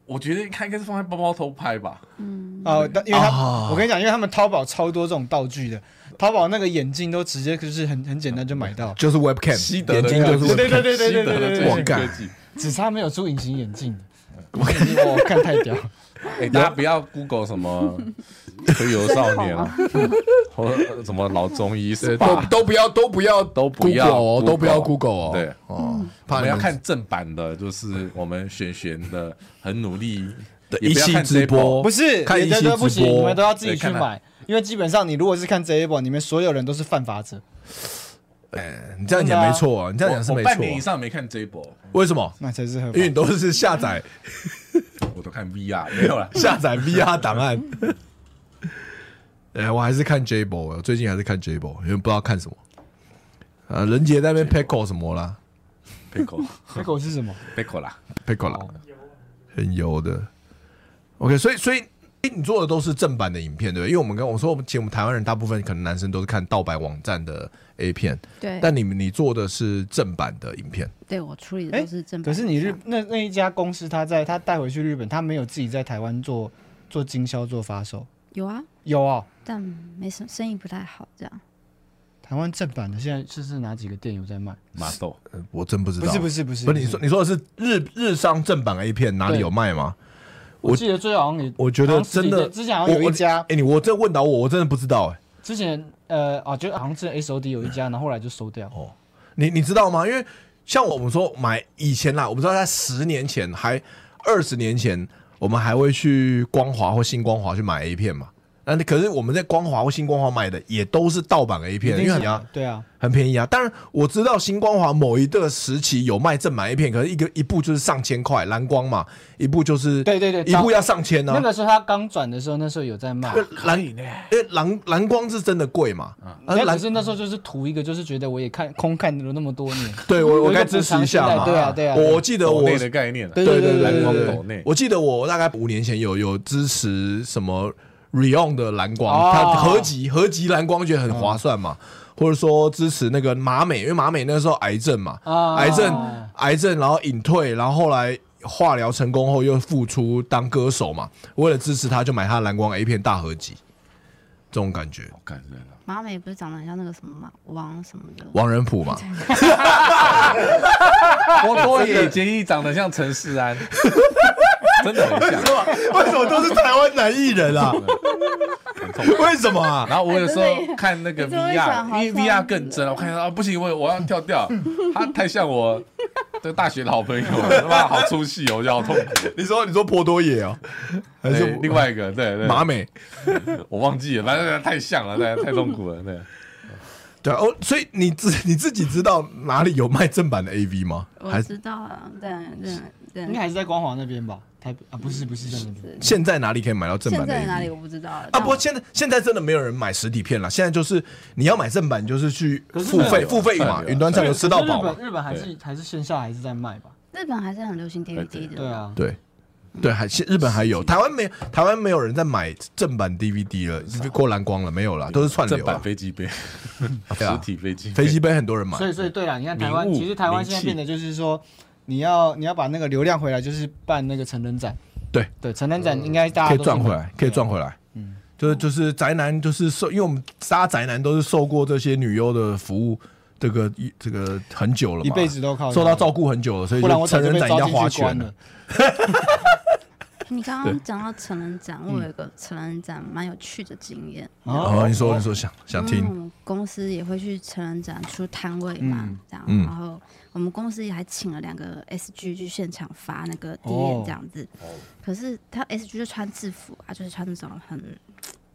我觉得看应该是放在包包偷拍吧，哦，但因为哦他，我跟你讲，因为他们淘宝超多这种道具的，淘宝那个眼镜都直接就是很很简单就买到，就是 webcam，西德眼的睛那就个是对 webcam 对对对对西德对的对最对，哇新科技。只差没有出隐形眼镜的， 我看太屌了。哎，大家不要 Google 什么推油少年啊， 或者什么老中医是对都吧？都不要都不要都不要 Google 哦， Google 都不要 Google 哦，对哦，我怕你们要们看正版的，就是我们璇璇的很努力，也一不要期看直 Zippo 播，不是，看你一期的直都不行，你播们都，要自己对去看买，因为基本上你如果是看 J A b 你们所有人都是犯法者，哎你这样也没错啊，你这样讲是我没我错半年以啊。上没看 J 博，为什么？那才是合因为法。你都是下载。我都看 VR 没有啦 下载 VR 档案。 哎、我还是看 J b o 最近还是看 J b o 因为不知道看什么。啊，任杰在那边 Pickle 什么啦 Pickle 那狗是什么？哦 Pickle 啦， ，Pickle 啦，很油的。OK，所以所以诶你做的都是正版的影片，对不对？因为我们跟我说，我们其实我们台湾人大部分可能男生都是看盗版网站的 A 片，对但你们你做的是正版的影片，对我处理的哎都是正版可影像。是你日那那一家公司，他在他带回去日本，他没有自己在台湾做做经销做发售，有啊，有啊、但没什生意不太好这样。台湾正版的现在是是哪几个店有在卖？麻豆呃我真不知道。不是不是不是，不是你说你说的是日日商正版 A 片哪里对有卖吗？我记得最好像也，我觉得好像是真的，之前好像有一家哎、你我真的问到我，我真的不知道哎、之前呃啊，就好像是 S O D 有一家，然后后来就收掉。哦你你知道吗？因为像我们说买以前啦，我们知道在十年前还二十年前，我们还会去光华或新光华去买 A 片嘛。那你可是我们在光华或新光华买的也都是盗版 A 片，因为很便宜啊，对啊，很便宜啊。当然我知道新光华某一个时期有卖正版 A 片，可是一个一部就是上千块，蓝光嘛，一部就是对对对一部要上千啊呢、那个时候他刚转的时候，那时候有在卖，蓝因为蓝蓝光是真的贵嘛，啊那蓝可是那时候就是图一个，就是觉得我也看空看了那么 多年，对我我有一个该支持一下补偿嘛，心态对啊对啊对啊我记得抖我内的概念啊，对对对对蓝光对对抖内我记得我大概五年前有有支持什么 Reon 的蓝光，哦它合集合集蓝光觉得很划算嘛，或者说支持那个马美，因为马美那时候癌症嘛，啊癌症癌症，然后隐退，然后后来。化疗成功后又复出当歌手嘛，为了支持他就买他的蓝光 A 片大合集，这种感觉。好感人啊！马美不是长得很像那个什么嘛王什么的，王仁甫嘛，波多 野结衣长得像陈世 安，真的很像， 为什么都是台湾男艺人啊？很痛。 为什么啊？然后我有时哎真的候耶看那个你这么一讲 VR，好因为像 VR 更真了，我看到啊不行，我我要跳 掉，他太像我的大学老朋友了，他妈好出戏哦，我就好痛苦。你说你说波多野哦，还对是另外一个，对对，马美？我忘记了，反正太像了，对，太痛苦了，对。对哦，所以你自 你自己知道哪里有卖正版的 AV 吗？我还是知道啊，但但应该但还是在光华那边吧？台北啊，不是不是在那边，现在哪里可以买到正版现的在哪里 AV？我不知道啊啊，不过现在现在真的没有人买实体片了，现在就是你要买正版，就是去付没费有付费没嘛，有云端上流吃到饱可嘛是，日本日本还是还是线下还是在卖吧？日本还是很流行对 DVD 的，对，啊，对。对，还现日本还有，台湾没台湾没有人在买正版 DVD 了，过蓝光了，没有了，都是串正流版了。飞机杯，对啊实体飞机杯飞 机杯很多人买所，以所以对啦，你看台湾迷雾其实台湾现在变得就是说，你要你要把那个流量回来，就是办那个成人展。对对，成人展呃应该大家可以都赚是哦回来，可以赚回来。嗯，就是就是宅男，就是受，因为我们大家宅男都是受过这些女优的服务，这个一这个很久了嘛，一辈子都靠受到照顾很久了，所以不然我就早成就人被展一定招要花进去钱关了。。你刚刚讲到成人展，嗯我有一个成人展蛮有趣的经验。啊哦，你说你说想想因为我嗯听，们公司也会去成人展出摊位嘛，这样，嗯然后我们公司也还请了两个 SG 去现场发那个第一哦眼这样子。可是他 SG 就穿制服啊，就是穿那种很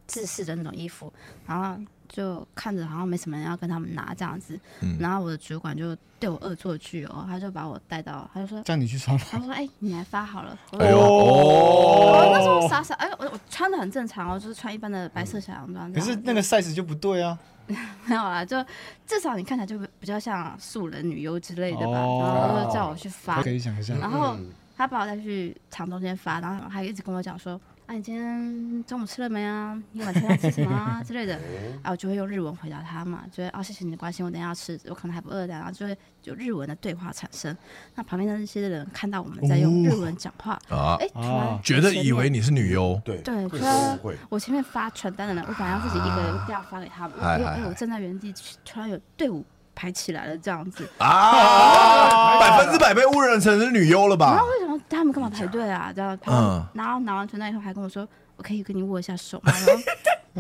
制式的那种衣服，然后就看着好像没什么人要跟他们拿这样子。嗯然后我的主管就对我恶作剧哦，他就把我带到，他就说。叫你去穿吗？他说：“哎、你来发好了。”我哎呦说哦，那哦，时候傻傻，哎，我我穿的很正常哦，就是穿一般的白色小洋装这可样。是那个 size 就不对啊。没有啦，就至少你看起来就比较像素人女优之类的吧。哦嗯然后他就叫我去发，可以想象。然后他把我带去场中间发，然后还一直跟我讲说：“啊，你今天中午吃了没啊？你晚餐要吃什么啊？” 之类的。啊，我就会用日文回答他嘛，就会啊，谢谢你的关心，我等一下要吃，我可能还不饿的，然后就会有日文的对话产生。那旁边的那些人看到我们在用日文讲话，哦啊哎、突然觉得以为你是女优，对对，会突然误会我前面发传单的人，我本来要自己一个人一定要发给他们，哎因为哎哎，我站在原地，突然有队伍排起来了这样子，哦啊，百分之百被误认成是女优了然吧后？为什么他们干嘛排队啊？这样，他嗯们然后拿完传单以后还跟我说，我可以跟你握一下手吗？然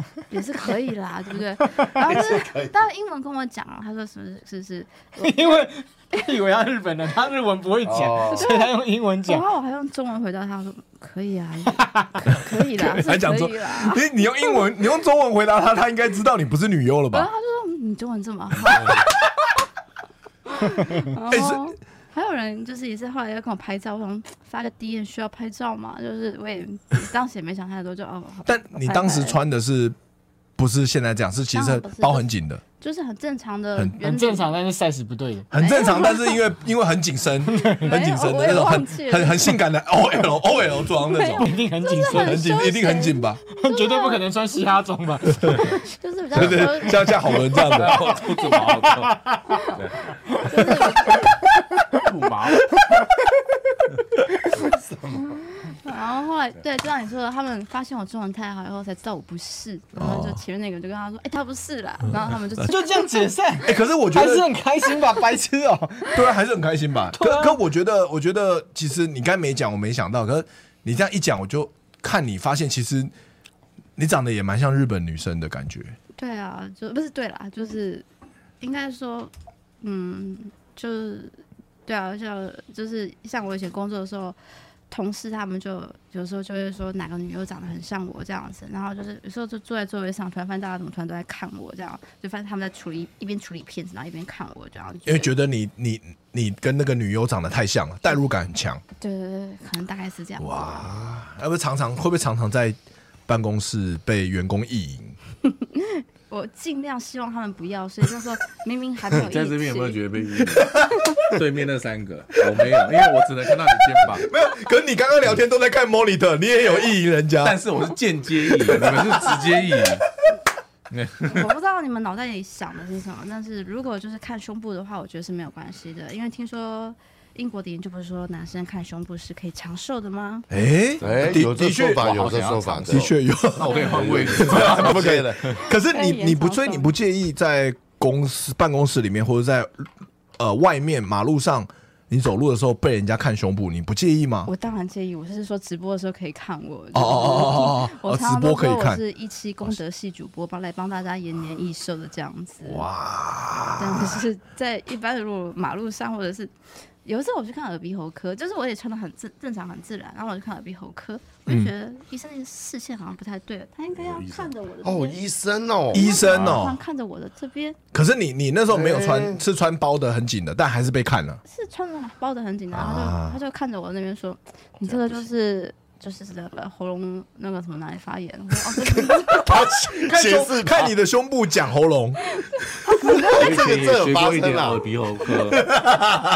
后也是可以啦，对不对？然后就是他用英文跟我讲，啊他说什么是是，因为他以为他日本人，他日文不会讲，哦所以他用英文然讲。后我还用中文回答他说可以啊，可以啦，是 还讲可说以啦。你你用英文，你用中文回答他，他应该知道你不是女优了哦然后吧？他就说嗯你中文 这么好，哎然后还有人就是也是后来要跟我拍照，我想发个 D N 需要拍照嘛，就是我也当时也没想太多，就哦。好哎吧但你当时拜拜穿的是不是现在这样，是其实当是然不是包很紧的，就是很正常的很原理，很正常，但是 size 不对的。很正常。但是因为因为很紧身， 很紧身我的也那种很忘记了很很性感的 OL OL 装那种，一定很紧没有身，很紧很休闲一定很紧吧？ 绝对不可能穿嘻哈装 吧？就是比较对对，说像像好人这 样的。我肚哦子毛好痛，对，肚毛，然后后来，对，就像你说的，他们发现我中文太好以后，才知道我不是。然后就哦前面那个就跟他说：“哎、他不是啦。”嗯然后 他们就就这样解散，哎，可是我觉还得是很开心吧，白痴哦、对啊，还是很开心吧。啊可可我觉得，我觉得其实你刚没讲，我没想到。可是你这样一讲，我就看你发现，其实你长得也蛮像日本女生的感觉。对啊，就不是对啦，就是应该说，嗯，就是对啊，像就是像我以前工作的时候，同事他们就有时候就会说哪个女优长得很像我这样子，然后就是有时候就坐在座位上，突然发现大家怎么突然都在看我这样，就发现他们在处理一边处理片子，然后一边看我这样，因为觉得你你你跟那个女优长得太像了，代入感很强。对对对，可能大概是这样。哇，要不常常会不会常常在办公室被员工意淫？我尽量希望他们不要，所以就说明明还没有一 起。在这边有没有觉得被意淫？对面那三个我没有，因为我只能看到你肩膀，没有， 可是你刚刚聊天都在看 monitor，你也有意淫人家啊但是我是间接意淫，你们是直接意淫。哎我不知道你们脑袋里想的是什么，但是如果就是看胸部的话，我觉得是没有关系的，因为听说英国的研究不是说男生看胸部是可以长寿的吗？哎、哎，的有这的说确法，哇有好这想说要法，尝的确有。那我可以换位置， 不可以了。 可是哎你也你不超所以你爽不介意在公司办公室里面或者在呃外面马路上，你走路的时候被人家看胸部，你不介意吗？我当然介意，我是说直播的时候可以看我。哦哦哦哦哦， 我哦常直常播都可以说我看，是一期功德系主播，帮来帮大家延年益寿的这样子。哇，但是在一般如果马路上或者是。有一次我去看耳鼻喉科，就是我也穿的很正正常很自然，然后我去看耳鼻喉科，我嗯就觉得医生的视线好像不太对了，他应该要看着我的这边哦，医生哦，医生他啊哦。看着我的这边可是你你那时候没有穿，哎是穿包的很紧的，但还是被看 了。是穿着包的很紧的，啊他就他就看着我那边说：“你这个就是就是那个喉咙那个什么哪里发炎。”我说：“哦，这个 看解释胸，吧看你的胸部讲喉咙，我以前也学这有发过一生点啊耳鼻喉科，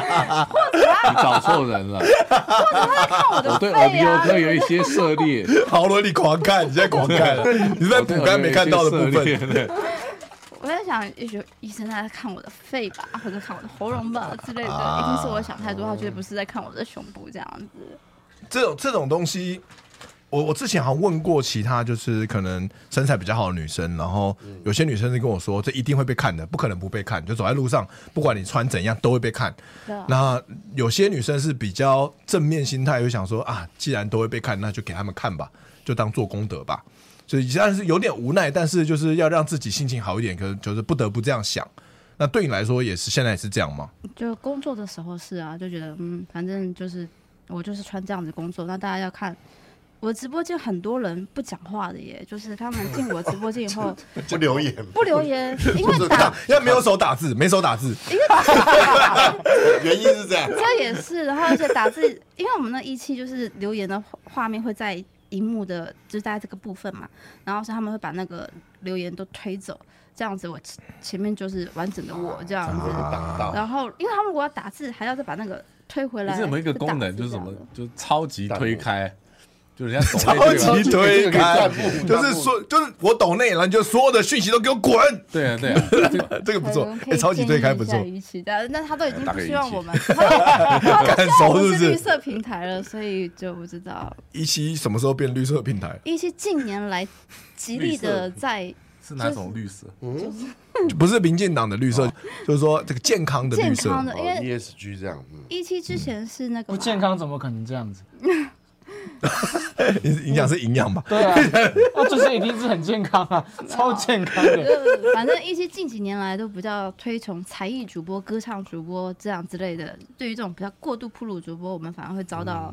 你找错人了。我哦啊哎对耳鼻喉科有一些涉猎，好了，你狂看，你现在狂看 了，你是在补我对耳鼻喉刚没看到的部有一些分涉。猎。哦对我在想，也许医生在看我的肺吧，或者看我的喉咙吧之类的，啊一定是我想太多，他绝哦对不是在看我的胸部这样子。这种这种东西，我我之前好像问过其他就是可能身材比较好的女生，然后有些女生是跟我说，这一定会被看的，不可能不被看，就走在路上，不管你穿怎样都会被看。对啊那有些女生是比较正面心态，就想说啊，既然都会被看，那就给他们看吧，就当做功德吧。所以虽然是有点无奈，但是就是要让自己心情好一点，可能就是不得不这样想。那对你来说也是现在也是这样吗？就工作的时候是啊，就觉得嗯，反正就是我就是穿这样子工作，那大家要看。我直播间很多人不讲话的耶，就是他们进我直播间以 后 不留言，哦不留言，因为打要没有手打字，没手打字，原因是这样。这也是，然后而且打字，因为我们那一期就是留言的画面会在荧幕的，就是在这个部分嘛，然后是他们会把那个留言都推走，这样子我前前面就是完整的我这样子，然后因为他们如果要打字，还要再把那个推回你来，啊是有没有一个功能，就是什么，就超级推开，就是人家懂超内哎对吧啊级推哦开这个可以弹，幕就是说，就是我抖内，然后就所有的讯息都给我滚，对啊对啊，这 个这个不错，哎，超级推开不错，逾期但那他都已经大不概希望逾期我们，他都很他都不希望我熟是不们是绿是？色平台了，所以就不知道。一期什么时候变绿色平台？一些近年来极力的在是哪种绿色？不是民进党的绿色，就是说这个健康的健绿色。康的，因为 ESG，E 这样，嗯一期之前是那个哦不嘛健康怎么可能这样子？你你讲是营养吧？ 对啊，那就是一定是很健康 啊，超健康的。就呃 反正一些近几年来都比较推崇才艺主播、歌唱主播这样之类的。对于这种比较过度铺路主播，我们反而会遭到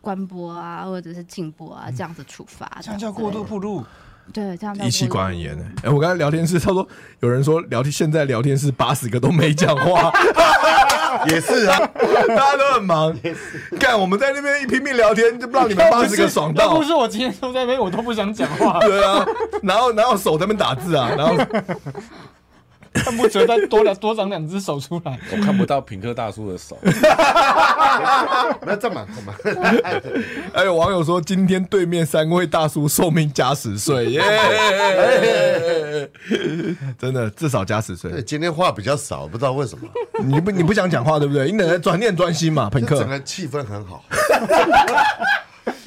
关播啊，或者是禁播啊这样子处罚。这样叫过度之铺路，类的，对，这样叫一期过度管很严呢。哎，我刚才聊天室，他说有人说聊天，现在聊天室八十个都没讲话，也是啊，大家都很忙。干，我们在那边拼命聊天，就让你们 八十个爽要到。不。是我今天都在那边，我都不想讲话 对啊，然后然后手在那边打字啊，然后看不觉得多两多长两只手出来？我看不到品客大叔的手，那这么这么，还有哎网友说，今天对面三位大叔寿命加十岁，耶！真的至少加十岁对，。今天话比较少，不知道为什么，你不你不想讲话对不对？你等下转念专心嘛，朋就整克。个气氛很好。